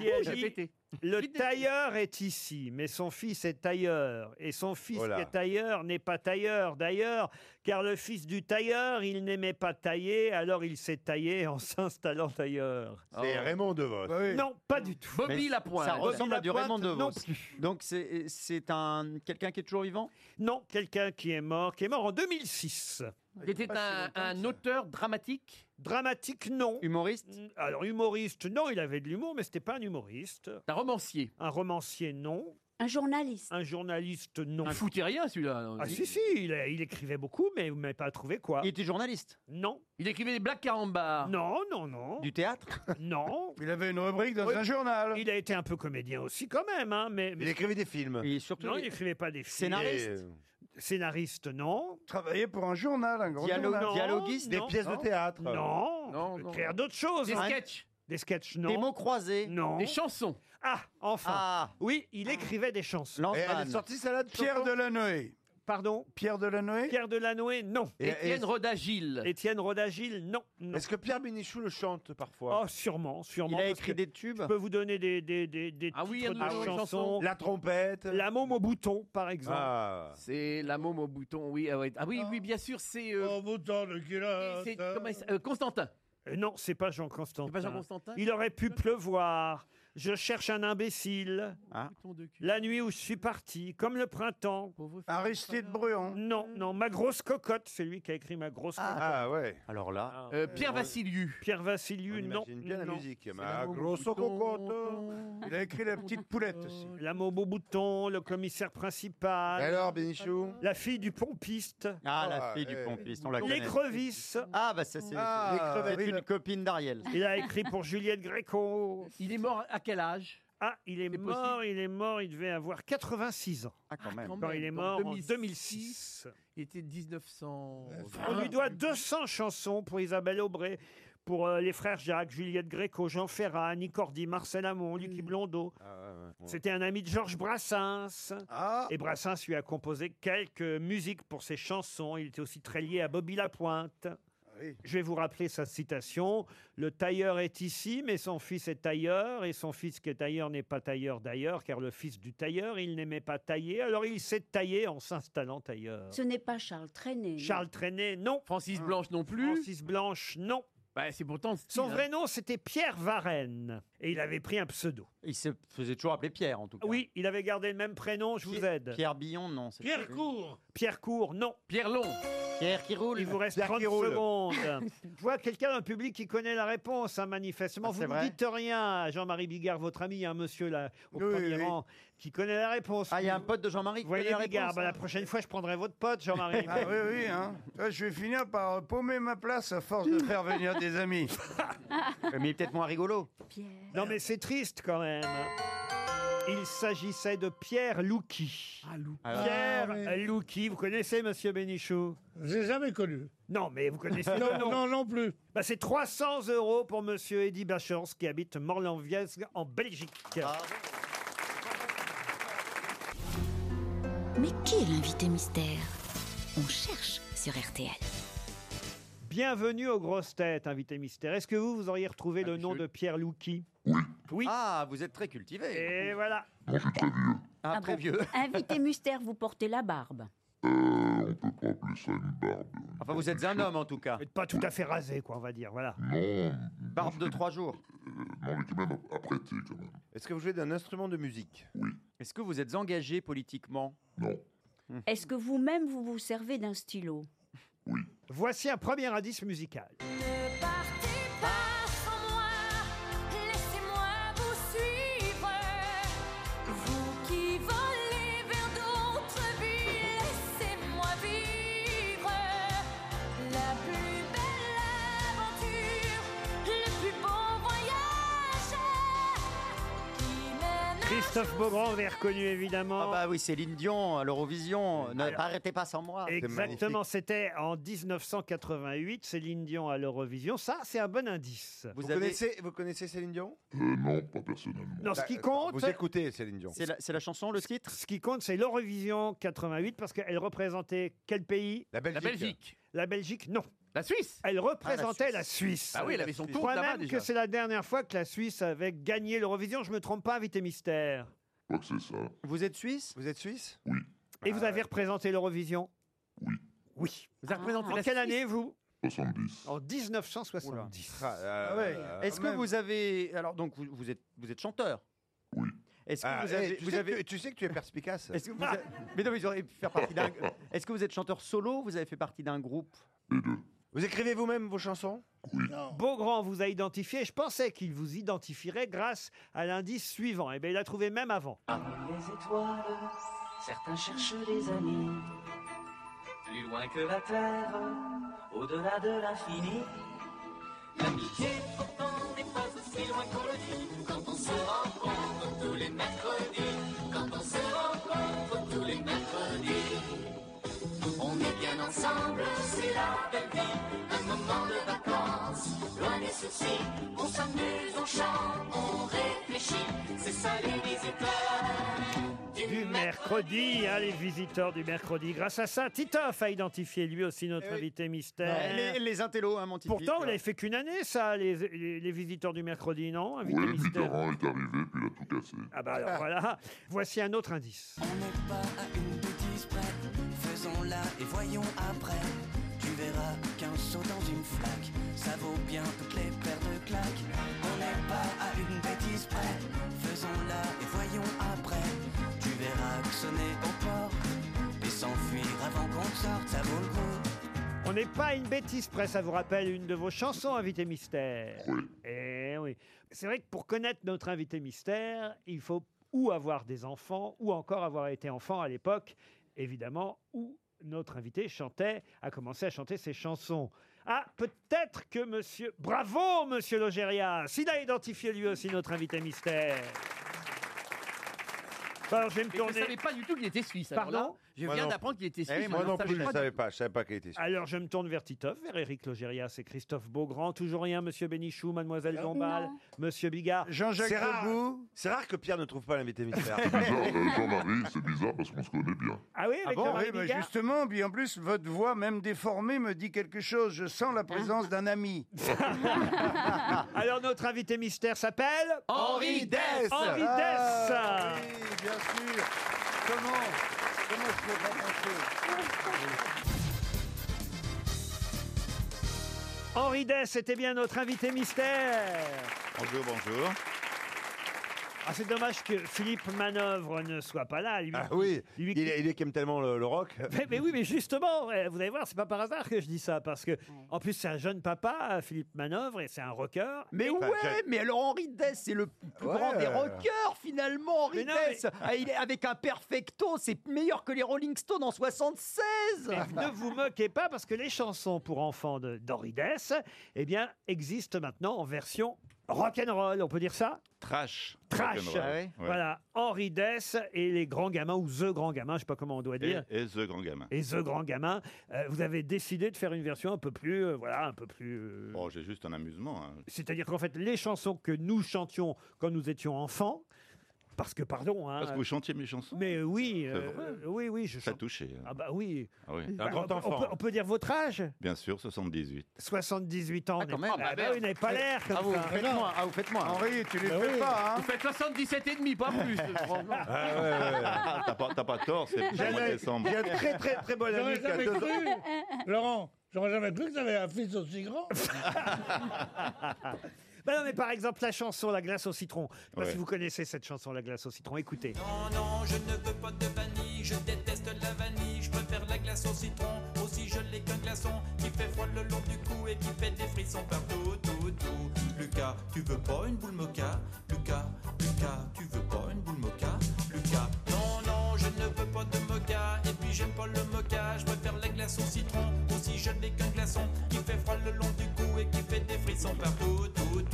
Qui a J'ai dit, pété. Le tailleur est ici, mais son fils est tailleur. Et son fils Oh là. qui est tailleur n'est pas tailleur d'ailleurs, car le fils du tailleur, il n'aimait pas tailler, alors il s'est taillé en s'installant tailleur. Oh. C'est Raymond Devos. Non, pas du tout. Mais Ça ressemble à du Lapointe, Raymond Devos. non Donc c'est c'est un quelqu'un qui est toujours vivant Non, quelqu'un qui est mort, qui est mort en 2006. Il était un, un auteur dramatique. Dramatique, non. Mm, Humoriste Alors humoriste, non, il avait de l'humour, mais c'était pas un humoriste. Un romancier. Un romancier, non. Un journaliste. Un journaliste, non. Il foutait rien, celui-là. non. Ah Il- si, si, il, a- il écrivait beaucoup, mais vous m'avez pas trouvé quoi. Il était journaliste Non. Il écrivait des blagues carambars. Non, non, non. Du théâtre Non. Il avait une rubrique dans Oui. un journal. Il a été un peu comédien aussi quand même. Hein, mais, mais- des films. Et surtout non, des- il n'écrivait pas des films. Scénariste Et, euh, Scénariste, non. Travaillait pour un journal, un grand Dialogue- journal. dialoguiste Des pièces de Non. théâtre. Non. Non, Il Écrire d'autres choses. Des hein. sketchs. Des sketchs, non. Des mots croisés. Non. Des chansons. Ah, enfin. Ah. Oui, il écrivait des chansons. Lanzmann. Et elle est sortie, celle-là Pierre Delanoë. Pardon Pierre Delanoë Pierre Delanoë, non. Et- Étienne et- Rodagil. Étienne Rodagil, non. Est-ce que Pierre Bénichou le chante parfois Oh, sûrement, sûrement. Il a parce écrit que des tubes Je peux vous donner des, des, des, des Ah oui, titres de il y a de- chansons. chansons. La trompette. La môme au bouton, par exemple. Ah. Ah. C'est la môme au bouton, oui. Ah, ouais. Ah oui, oui, bien sûr, c'est. euh, Au bouton de culotte. Constantin. Euh, non, c'est pas Jean Constantin. pas Jean Constantin Il aurait pu pleuvoir. Je cherche un imbécile. Ah. La nuit où je suis parti, comme le printemps. Aristide Bruand. Non, non, ma grosse cocotte, c'est lui qui a écrit ma grosse cocotte. Ah ouais. Alors là. Euh, Pierre Vassiliou. Pierre Vassiliou, non. imagine bien la Ah non. musique. Ma grosse cocotte. Ah, Il a écrit La petite poulette aussi. La môme au bouton, le commissaire principal. Alors, Bénichou La fille du pompiste. Ah, la fille du pompiste, on la connaît. L'écrevisse. Ah, bah ça, c'est Ah, les crevettes, oui, une bah- copine d'Ariel. Il a écrit pour Juliette Gréco. Il est mort à quel âge Ah, il est, mort, il est mort, il devait avoir 86 ans. Ah, quand même. Quand, Quand même. il est Donc, mort 2006. en 2006. Il était 1900. Bah, On lui doit 200 chansons pour Isabelle Aubray, pour euh, les frères Jacques, Juliette Gréco, Jean Ferrat, Annie Cordy, Marcel Amont, Lucky Blondeau. Ah, C'était un ami de Georges Brassens. Et Brassens lui a composé quelques musiques pour ses chansons. Il était aussi très lié à Bobby Lapointe. Je vais vous rappeler sa citation. Le tailleur est ici, mais son fils est tailleur, et son fils qui est tailleur n'est pas tailleur d'ailleurs, car le fils du tailleur, il n'aimait pas tailler, alors il s'est taillé en s'installant tailleur. Ce n'est pas Charles Trenet. non. Charles Trenet, non. Francis Blanche non plus. Bah, Francis Blanche, non. c'est pourtant. hein. Son vrai nom, c'était Pierre Varenne. Et il avait pris un pseudo. Il se faisait toujours appeler Pierre, en tout cas. Oui, il avait gardé le même prénom, je vous aide. Pierre Billon, non. c'est- Court. Pierre Court, non. Pierre Long. Pierre qui roule. Il vous reste Pierre 30 qui roule. secondes. Je vois quelqu'un dans le public qui connaît la réponse, hein, manifestement. Ah, vous c'est ne vrai dites rien à Jean-Marie Bigard, votre ami, il y a un monsieur là, au Oui, premier oui. rang, qui connaît la réponse. Ah, il y a un pote de Jean-Marie Vous voyez, connaît la Bigard, réponse, bah, hein. la prochaine fois, je prendrai votre pote, Jean-Marie. Ah oui, oui, hein. Toi, je vais finir par euh, paumer ma place à force de faire venir des amis. Mais peut-être moins rigolo. Non, mais c'est triste quand même. Il s'agissait de Pierre Louki. Ah, Pierre ouais. Louki, vous connaissez Monsieur Bénichou J'ai jamais connu. Non, mais vous connaissez le nom. non, non, non plus. Bah, c'est 300 euros pour Monsieur Eddy Bachance qui habite Morlanviesque en Belgique. Mais qui est l'invité mystère On cherche sur RTL. Bienvenue aux grosses têtes, invité mystère. Est-ce que vous, vous auriez retrouvé le nom de Pierre Louki Oui. Ah, vous êtes très cultivé. Et voilà. Ah, très bon vieux. Invité mystère, vous portez la barbe. Enfin, vous êtes un homme, en tout cas. Pas tout à fait rasé, quoi, on va dire. Voilà. Non, Barbe de trois jours. non, mais quand même apprêté quand même. Est-ce que vous jouez d'un instrument de musique Oui. Est-ce que vous êtes engagé politiquement Hum. Est-ce que vous-même, vous vous servez d'un stylo Voici un premier indice musical. Laissez-moi vous suivre, vous qui volez vers d'autres vies. Laissez-moi vivre la plus belle aventure, le plus beau voyage qui mène. Christophe Beaugrand, vous avez reconnu évidemment. Ah bah oui, Céline Dion, à l'Eurovision. Ne Alors- arrêtez pas sans moi. Exactement, c'était en 1988, Céline Dion à l'Eurovision. Ça, c'est un bon indice. Vous, connaissez, vous connaissez Céline Dion Euh, Non, ce qui Bah, compte. Vous écoutez Céline Dion. C'est la, c'est la chanson, le titre Ce qui compte, c'est l'Eurovision 88 parce qu'elle représentait quel pays La Belgique. La Belgique. La Belgique, non. La Suisse Elle représentait Ah, la la Suisse. Suisse. Ah oui, elle avait son Je compte crois là-bas, même déjà. que c'est la dernière fois que la Suisse avait gagné l'Eurovision. Je me trompe pas, invité mystère. Vous êtes suisse Vous êtes suisse Ah. Et vous avez représenté l'Eurovision Oui. Vous avez représenté En la quelle Suisse année, vous En 1970. Ah ouais. euh, Est-ce que vous avez... Alors, donc, vous, vous êtes, vous êtes chanteur Oui. Est-ce que Ah, vous eh, avez... tu, vous sais avez- que, tu sais que tu es perspicace. Est-ce que vous a- Mais non, mais vous auriez pu faire partie d'un... Est-ce que vous êtes chanteur solo ou vous avez fait partie d'un groupe Vous écrivez vous-même vos chansons Beaugrand vous a identifié. Je pensais qu'il vous identifierait grâce à l'indice suivant. Eh bien, il l'a trouvé même avant. les étoiles, certains cherchent des amis. Plus loin que la terre, au-delà de l'infini. L'amitié pourtant n'est pas aussi loin qu'on le dit. Quand on se rencontre tous les mercredis, quand on se rencontre tous les mercredis. On est bien ensemble, c'est la belle vie, un moment de vacances, loin des soucis. On s'amuse, on chante, on réfléchit, c'est ça les visiteurs. Du mercredi, hein, les visiteurs du mercredi. Grâce à ça, Titoff a identifié lui aussi notre invité mystère. Ouais, les- intellos, mon Titi, Pourtant, vous ouais. n'avez fait qu'une année, ça, les, les- les visiteurs du mercredi, non invité mystère. Mitterrand est arrivé, puis il a tout cassé. Ah bah alors voilà, voici un autre indice. pas à une bêtise près. Faisons-la et voyons après. Tu verras qu'un saut dans une flaque, ça vaut bien toutes les paires de claques. On n'est pas à une bêtise près. Faisons-la et voyons après. Tu verras que sonner au port et s'enfuir avant qu'on sorte, ça vaut le coup. On n'est pas une bêtise près, ça vous rappelle une de vos chansons, Invité Mystère. Eh oui. C'est vrai que pour connaître notre invité mystère, il faut ou avoir des enfants, ou encore avoir été enfant à l'époque, évidemment, où notre invité chantait, a commencé à chanter ses chansons. Ah, peut-être que monsieur. Bravo, monsieur Logérias S'il a identifié lui aussi notre invité mystère. Alors, je vais me Et je ne tourner. savais pas du tout qu'il était suisse. alors Pardon là, Je viens d'apprendre qu'il était suisse. Eh moi je ne non savais plus, je ne pas savais du- pas. Je savais pas qu'il était suisse. Alors, je me tourne vers Titoff, vers Éric Logérias et Christophe Beaugrand. Toujours rien, Monsieur Bénichou, Mademoiselle Dombal, Monsieur Bigard. C'est rare- C'est rare que Pierre ne trouve pas l'invité mystère. C'est bizarre, euh, Jean-Marie, c'est bizarre parce qu'on se connaît bien. Ah oui, avec Jean-Marie bah Bigard Justement, puis en plus, votre voix, même déformée, me dit quelque chose. Je sens la présence d'un ami. Alors, notre invité mystère s'appelle Henri Dess. Henri Dess. Ah, Oui, bien sûr. Comment Comment je peux pas penser Henri Dess était bien notre invité mystère. Bonjour, bonjour. Ah, c'est dommage que Philippe Manœuvre ne soit pas là. Lui, Ah oui, il, est- il est qui aime tellement le, le rock. Mais, mais oui, mais justement, euh, vous allez voir, c'est pas par hasard que je dis ça, parce que en plus c'est un jeune papa, Philippe Manœuvre, et c'est un rocker. Mais ouais, mais alors Henri Dess, c'est le plus grand des rockers finalement, Henri Mais non, Dess. mais- Ah, il est avec un perfecto, c'est meilleur que les Rolling Stones en 76. Mais ne vous moquez pas parce que les chansons pour enfants de d'Henri Dess, eh bien, existent maintenant en version rock'n'roll, on peut dire ça Trash. Trash. Rock'n'roll. Ah ouais Voilà, Henri Dess et les grands gamins ou The Grand Gamin, je sais pas comment on doit Et, dire. et The Grand Gamin. Et The Grand Gamin, euh, vous avez décidé de faire une version un peu plus, euh, voilà, un peu plus. euh, Oh, j'ai juste un amusement. hein. C'est-à-dire qu'en fait, les chansons que nous chantions quand nous étions enfants, parce que pardon, hein, Parce que vous chantiez mes chansons. mais oui, C'est euh, vrai oui, oui, je Ça a chante. touché. hein. Ah bah oui. Ah oui. Bah, on peut- On peut, on peut dire votre âge Bien sûr, 78. 78 ans. on est- quand même. Ah, bah, Ah, merde. vous n'avez pas l'air comme Ah, vous ça. faites Mais non. moins, ah, vous faites moins. Henri, tu Bah Ben les fais pas, hein. Vous faites 77 et demi, pas plus. franchement. T'as pas, t'as pas tort, c'est le mois de décembre. J'aurais jamais cru, Laurent, j'aurais jamais cru que t'avais un fils aussi grand. Bah non, mais par exemple, la chanson La glace au citron. Je sais pas Ouais. si vous connaissez cette chanson La glace au citron. Écoutez. Non, non, je ne veux pas de vanille, je déteste la vanille, je préfère la glace au citron, aussi gelée qu'un glaçon, qui fait froid le long du cou et qui fait des frissons partout, tout, tout. Lucas, tu veux pas une boule mocha Lucas, Lucas, tu veux pas une boule mocha Lucas, non, non, je ne veux pas de mocha, et puis j'aime pas le mocha, je préfère la glace au citron, aussi gelée qu'un glaçon, qui fait froid le long du cou et qui fait des frissons partout, tout, tout.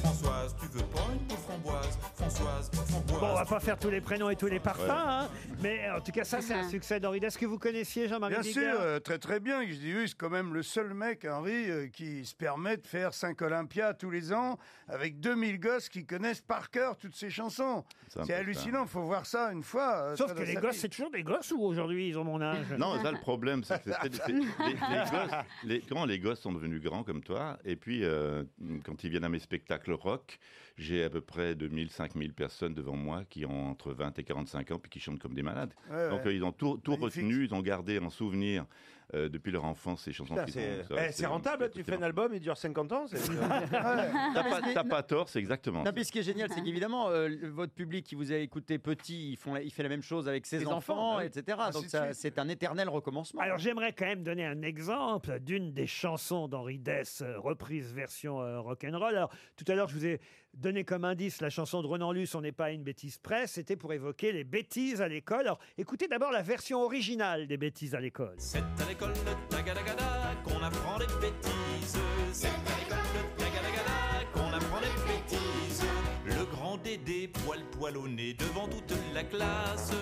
Françoise, tu veux pas une boule framboise Françoise, framboise. Bon, on va pas faire tous les prénoms et tous les parfums, Ouais. hein, mais en tout cas, ça, c'est un succès d'Henri. Est-ce que vous connaissiez Jean-Marie Bien Bigard sûr, euh, très très bien. Je dis, oui, c'est quand même le seul mec, Henri, euh, qui se permet de faire 5 Olympias tous les ans avec 2000 gosses qui connaissent par cœur toutes ces chansons. C'est un peu C'est ça. hallucinant, faut voir ça une fois. euh, Sauf ça que dans les sa gosses, vie. c'est toujours des gosses ou aujourd'hui, ils ont mon âge Non, ça, le problème, c'est que c'était- c'est- les, les gosses, les- quand les gosses sont devenus grands comme toi, et puis euh, quand ils viennent à mes spectacles rock, j'ai à peu près 2000, 5000 personnes devant moi qui ont entre 20 et 45 ans, puis qui chantent comme des malades. Ouais, Donc ouais. euh, ils ont tout, tout retenu, ils ont gardé en souvenir euh, depuis leur enfance ces chansons. Putain, qu'ils c'est- ont. Ça, eh, c'est rentable, tu fais un album, il dure 50 ans. c'est- T'as T'as pas- T'as pas tort, c'est exactement. Non, puis ce qui est génial, Hein c'est qu'évidemment, euh, le- votre public qui vous a écouté petit, ils font la- il fait la même chose avec ses Les enfants, enfants, bah oui. etc. Ainsi Donc de ça- suite. c'est un éternel recommencement. Alors j'aimerais quand même donner un exemple d'une des chansons d'Henri Dess, euh, reprise version euh, rock'n'roll. Alors tout à l'heure je vous ai donné comme indice la chanson de Renan Luce, On n'est pas une bêtise presse, c'était pour évoquer les bêtises à l'école. Alors écoutez d'abord la version originale des bêtises à l'école. C'est à l'école de Tagadagada qu'on apprend des bêtises. C'est à l'école de Tagadagada qu'on apprend des bêtises. Le grand Dédé, poil poil au nez, devant toute la classe,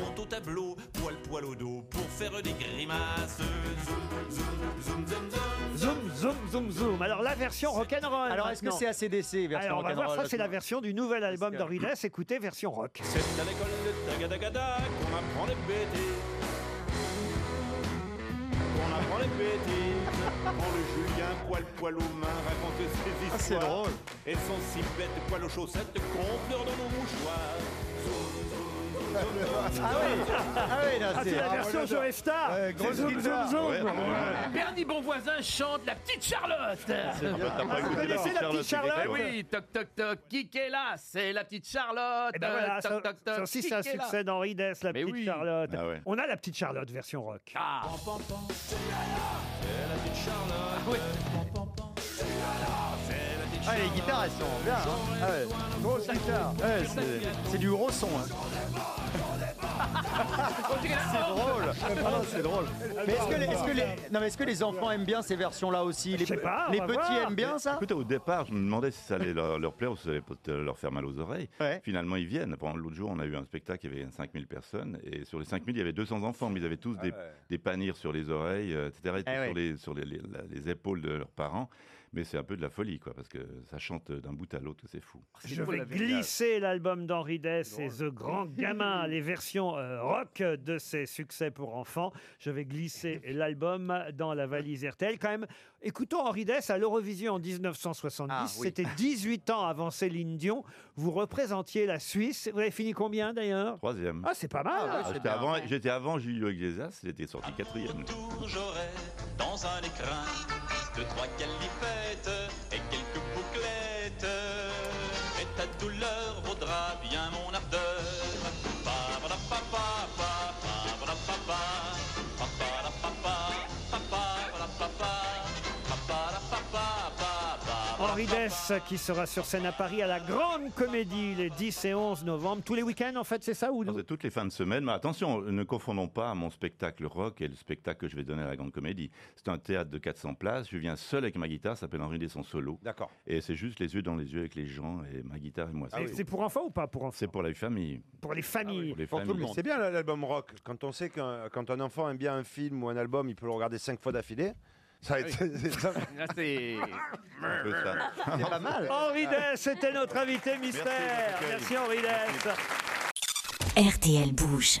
monte au tableau, poil poil au dos, pour faire des grimaces. Zoom, zoom, zoom, zoom, zoom. Zoom, zoom, zoom, zoom. Alors la version rock'n'roll. Alors, est-ce que maintenant. c'est ACDC, version Alors on va voir, rock'n'roll, ça c'est la version du nouvel album que- d'Henri Dess, écoutez version rock. C'est à l'école de Tagadagada qu'on apprend les bêtises. On apprend les bêtises. Quand le Julien poil poil aux mains raconte Ah, ses histoires. c'est drôle. Elles sont si bêtes, poil aux chaussettes, qu'on pleure dans nos mouchoirs. Ah oui, ah oui, là, Ah, c'est la version Joe Star. gros Zoom, zoom, zoom. Ouais, ouais, ouais. Bernie Bonvoisin chante la petite Charlotte. C'est bien. T'as pas Vous écouté Ah, la connaissez la petite Charlotte, petite Charlotte c'est vrai. Oui, toc toc toc. Qui est là C'est la petite Charlotte. Eh ben voilà, ça, toc, toc, toc. ça aussi Qui c'est un qu'est là succès d'Henri Dess, la petite Charlotte. Ah ouais. Ah, On a la petite Charlotte version rock. Ah. Pam, pam, pam. C'est la petite Charlotte. Pam, pam, pam. C'est la petite Ah, les guitares, elles sont bien. hein. Ah ouais. Grosse guitare. Ouais, c'est- c'est du gros son. hein. C'est drôle. Ah, c'est drôle. Mais est-ce que, les- est-ce que les- non, mais est-ce que les enfants aiment bien ces versions-là aussi Les, Ah, on les va petits voir. aiment bien ça Écoute, au départ, je me demandais si ça allait leur, leur plaire ou si ça allait peut-être leur faire mal aux oreilles. Finalement, ils viennent. Pendant l'autre jour, on a eu un spectacle, il y avait 5000 personnes. Et sur les 5000, il y avait 200 enfants, mais ils avaient tous des, ouais. des paniers sur les oreilles, euh, etc. et Eh sur, ouais. les, sur les, les- la- les épaules de leurs parents. Mais c'est un peu de la folie, quoi, parce que ça chante d'un bout à l'autre, c'est fou. Je vais glisser l'album d'Henri Dess et The Grand Gamin, les versions euh, rock de ses succès pour enfants. Je vais glisser l'album dans la valise RTL. Quand même, écoutons Henri Dess à l'Eurovision en 1970. Ah, oui. C'était 18 ans avant Céline Dion. Vous représentiez la Suisse. Vous avez fini combien d'ailleurs Troisième. Ah, c'est pas mal. Ah, j'étais avant- J'étais avant Julio Iglesias, j'étais sorti quatrième. Tour j'aurai dans un écrin deux trois califettes et quelques bouclettes et ta douleur vaudra bien mon ardeur Henri Dess qui sera sur scène à Paris à la Grande Comédie les 10 et 11 novembre. Tous les week-ends, en fait, c'est ça ou Alors, c'est toutes les fins de semaine. Mais attention, ne confondons pas mon spectacle rock et le spectacle que je vais donner à la Grande Comédie. C'est un théâtre de 400 places. Je viens seul avec ma guitare. Ça s'appelle Henri Desson Solo. D'accord. Et c'est juste les yeux dans les yeux avec les gens et ma guitare et moi. Et Ah C'est pour enfants ou pas pour enfants C'est pour la famille. Pour les familles. Ah Pour les familles. C'est bien là, l'album rock. Quand on sait qu'un quand un enfant aime bien un film ou un album, il peut le regarder cinq fois d'affilée. Ça Ah a été. ça- Ah, Là, c'est. Un peu ça. C'est pas mal. Henri Dess, c'était notre invité mystère. Merci, Henri Dess. RTL bouge.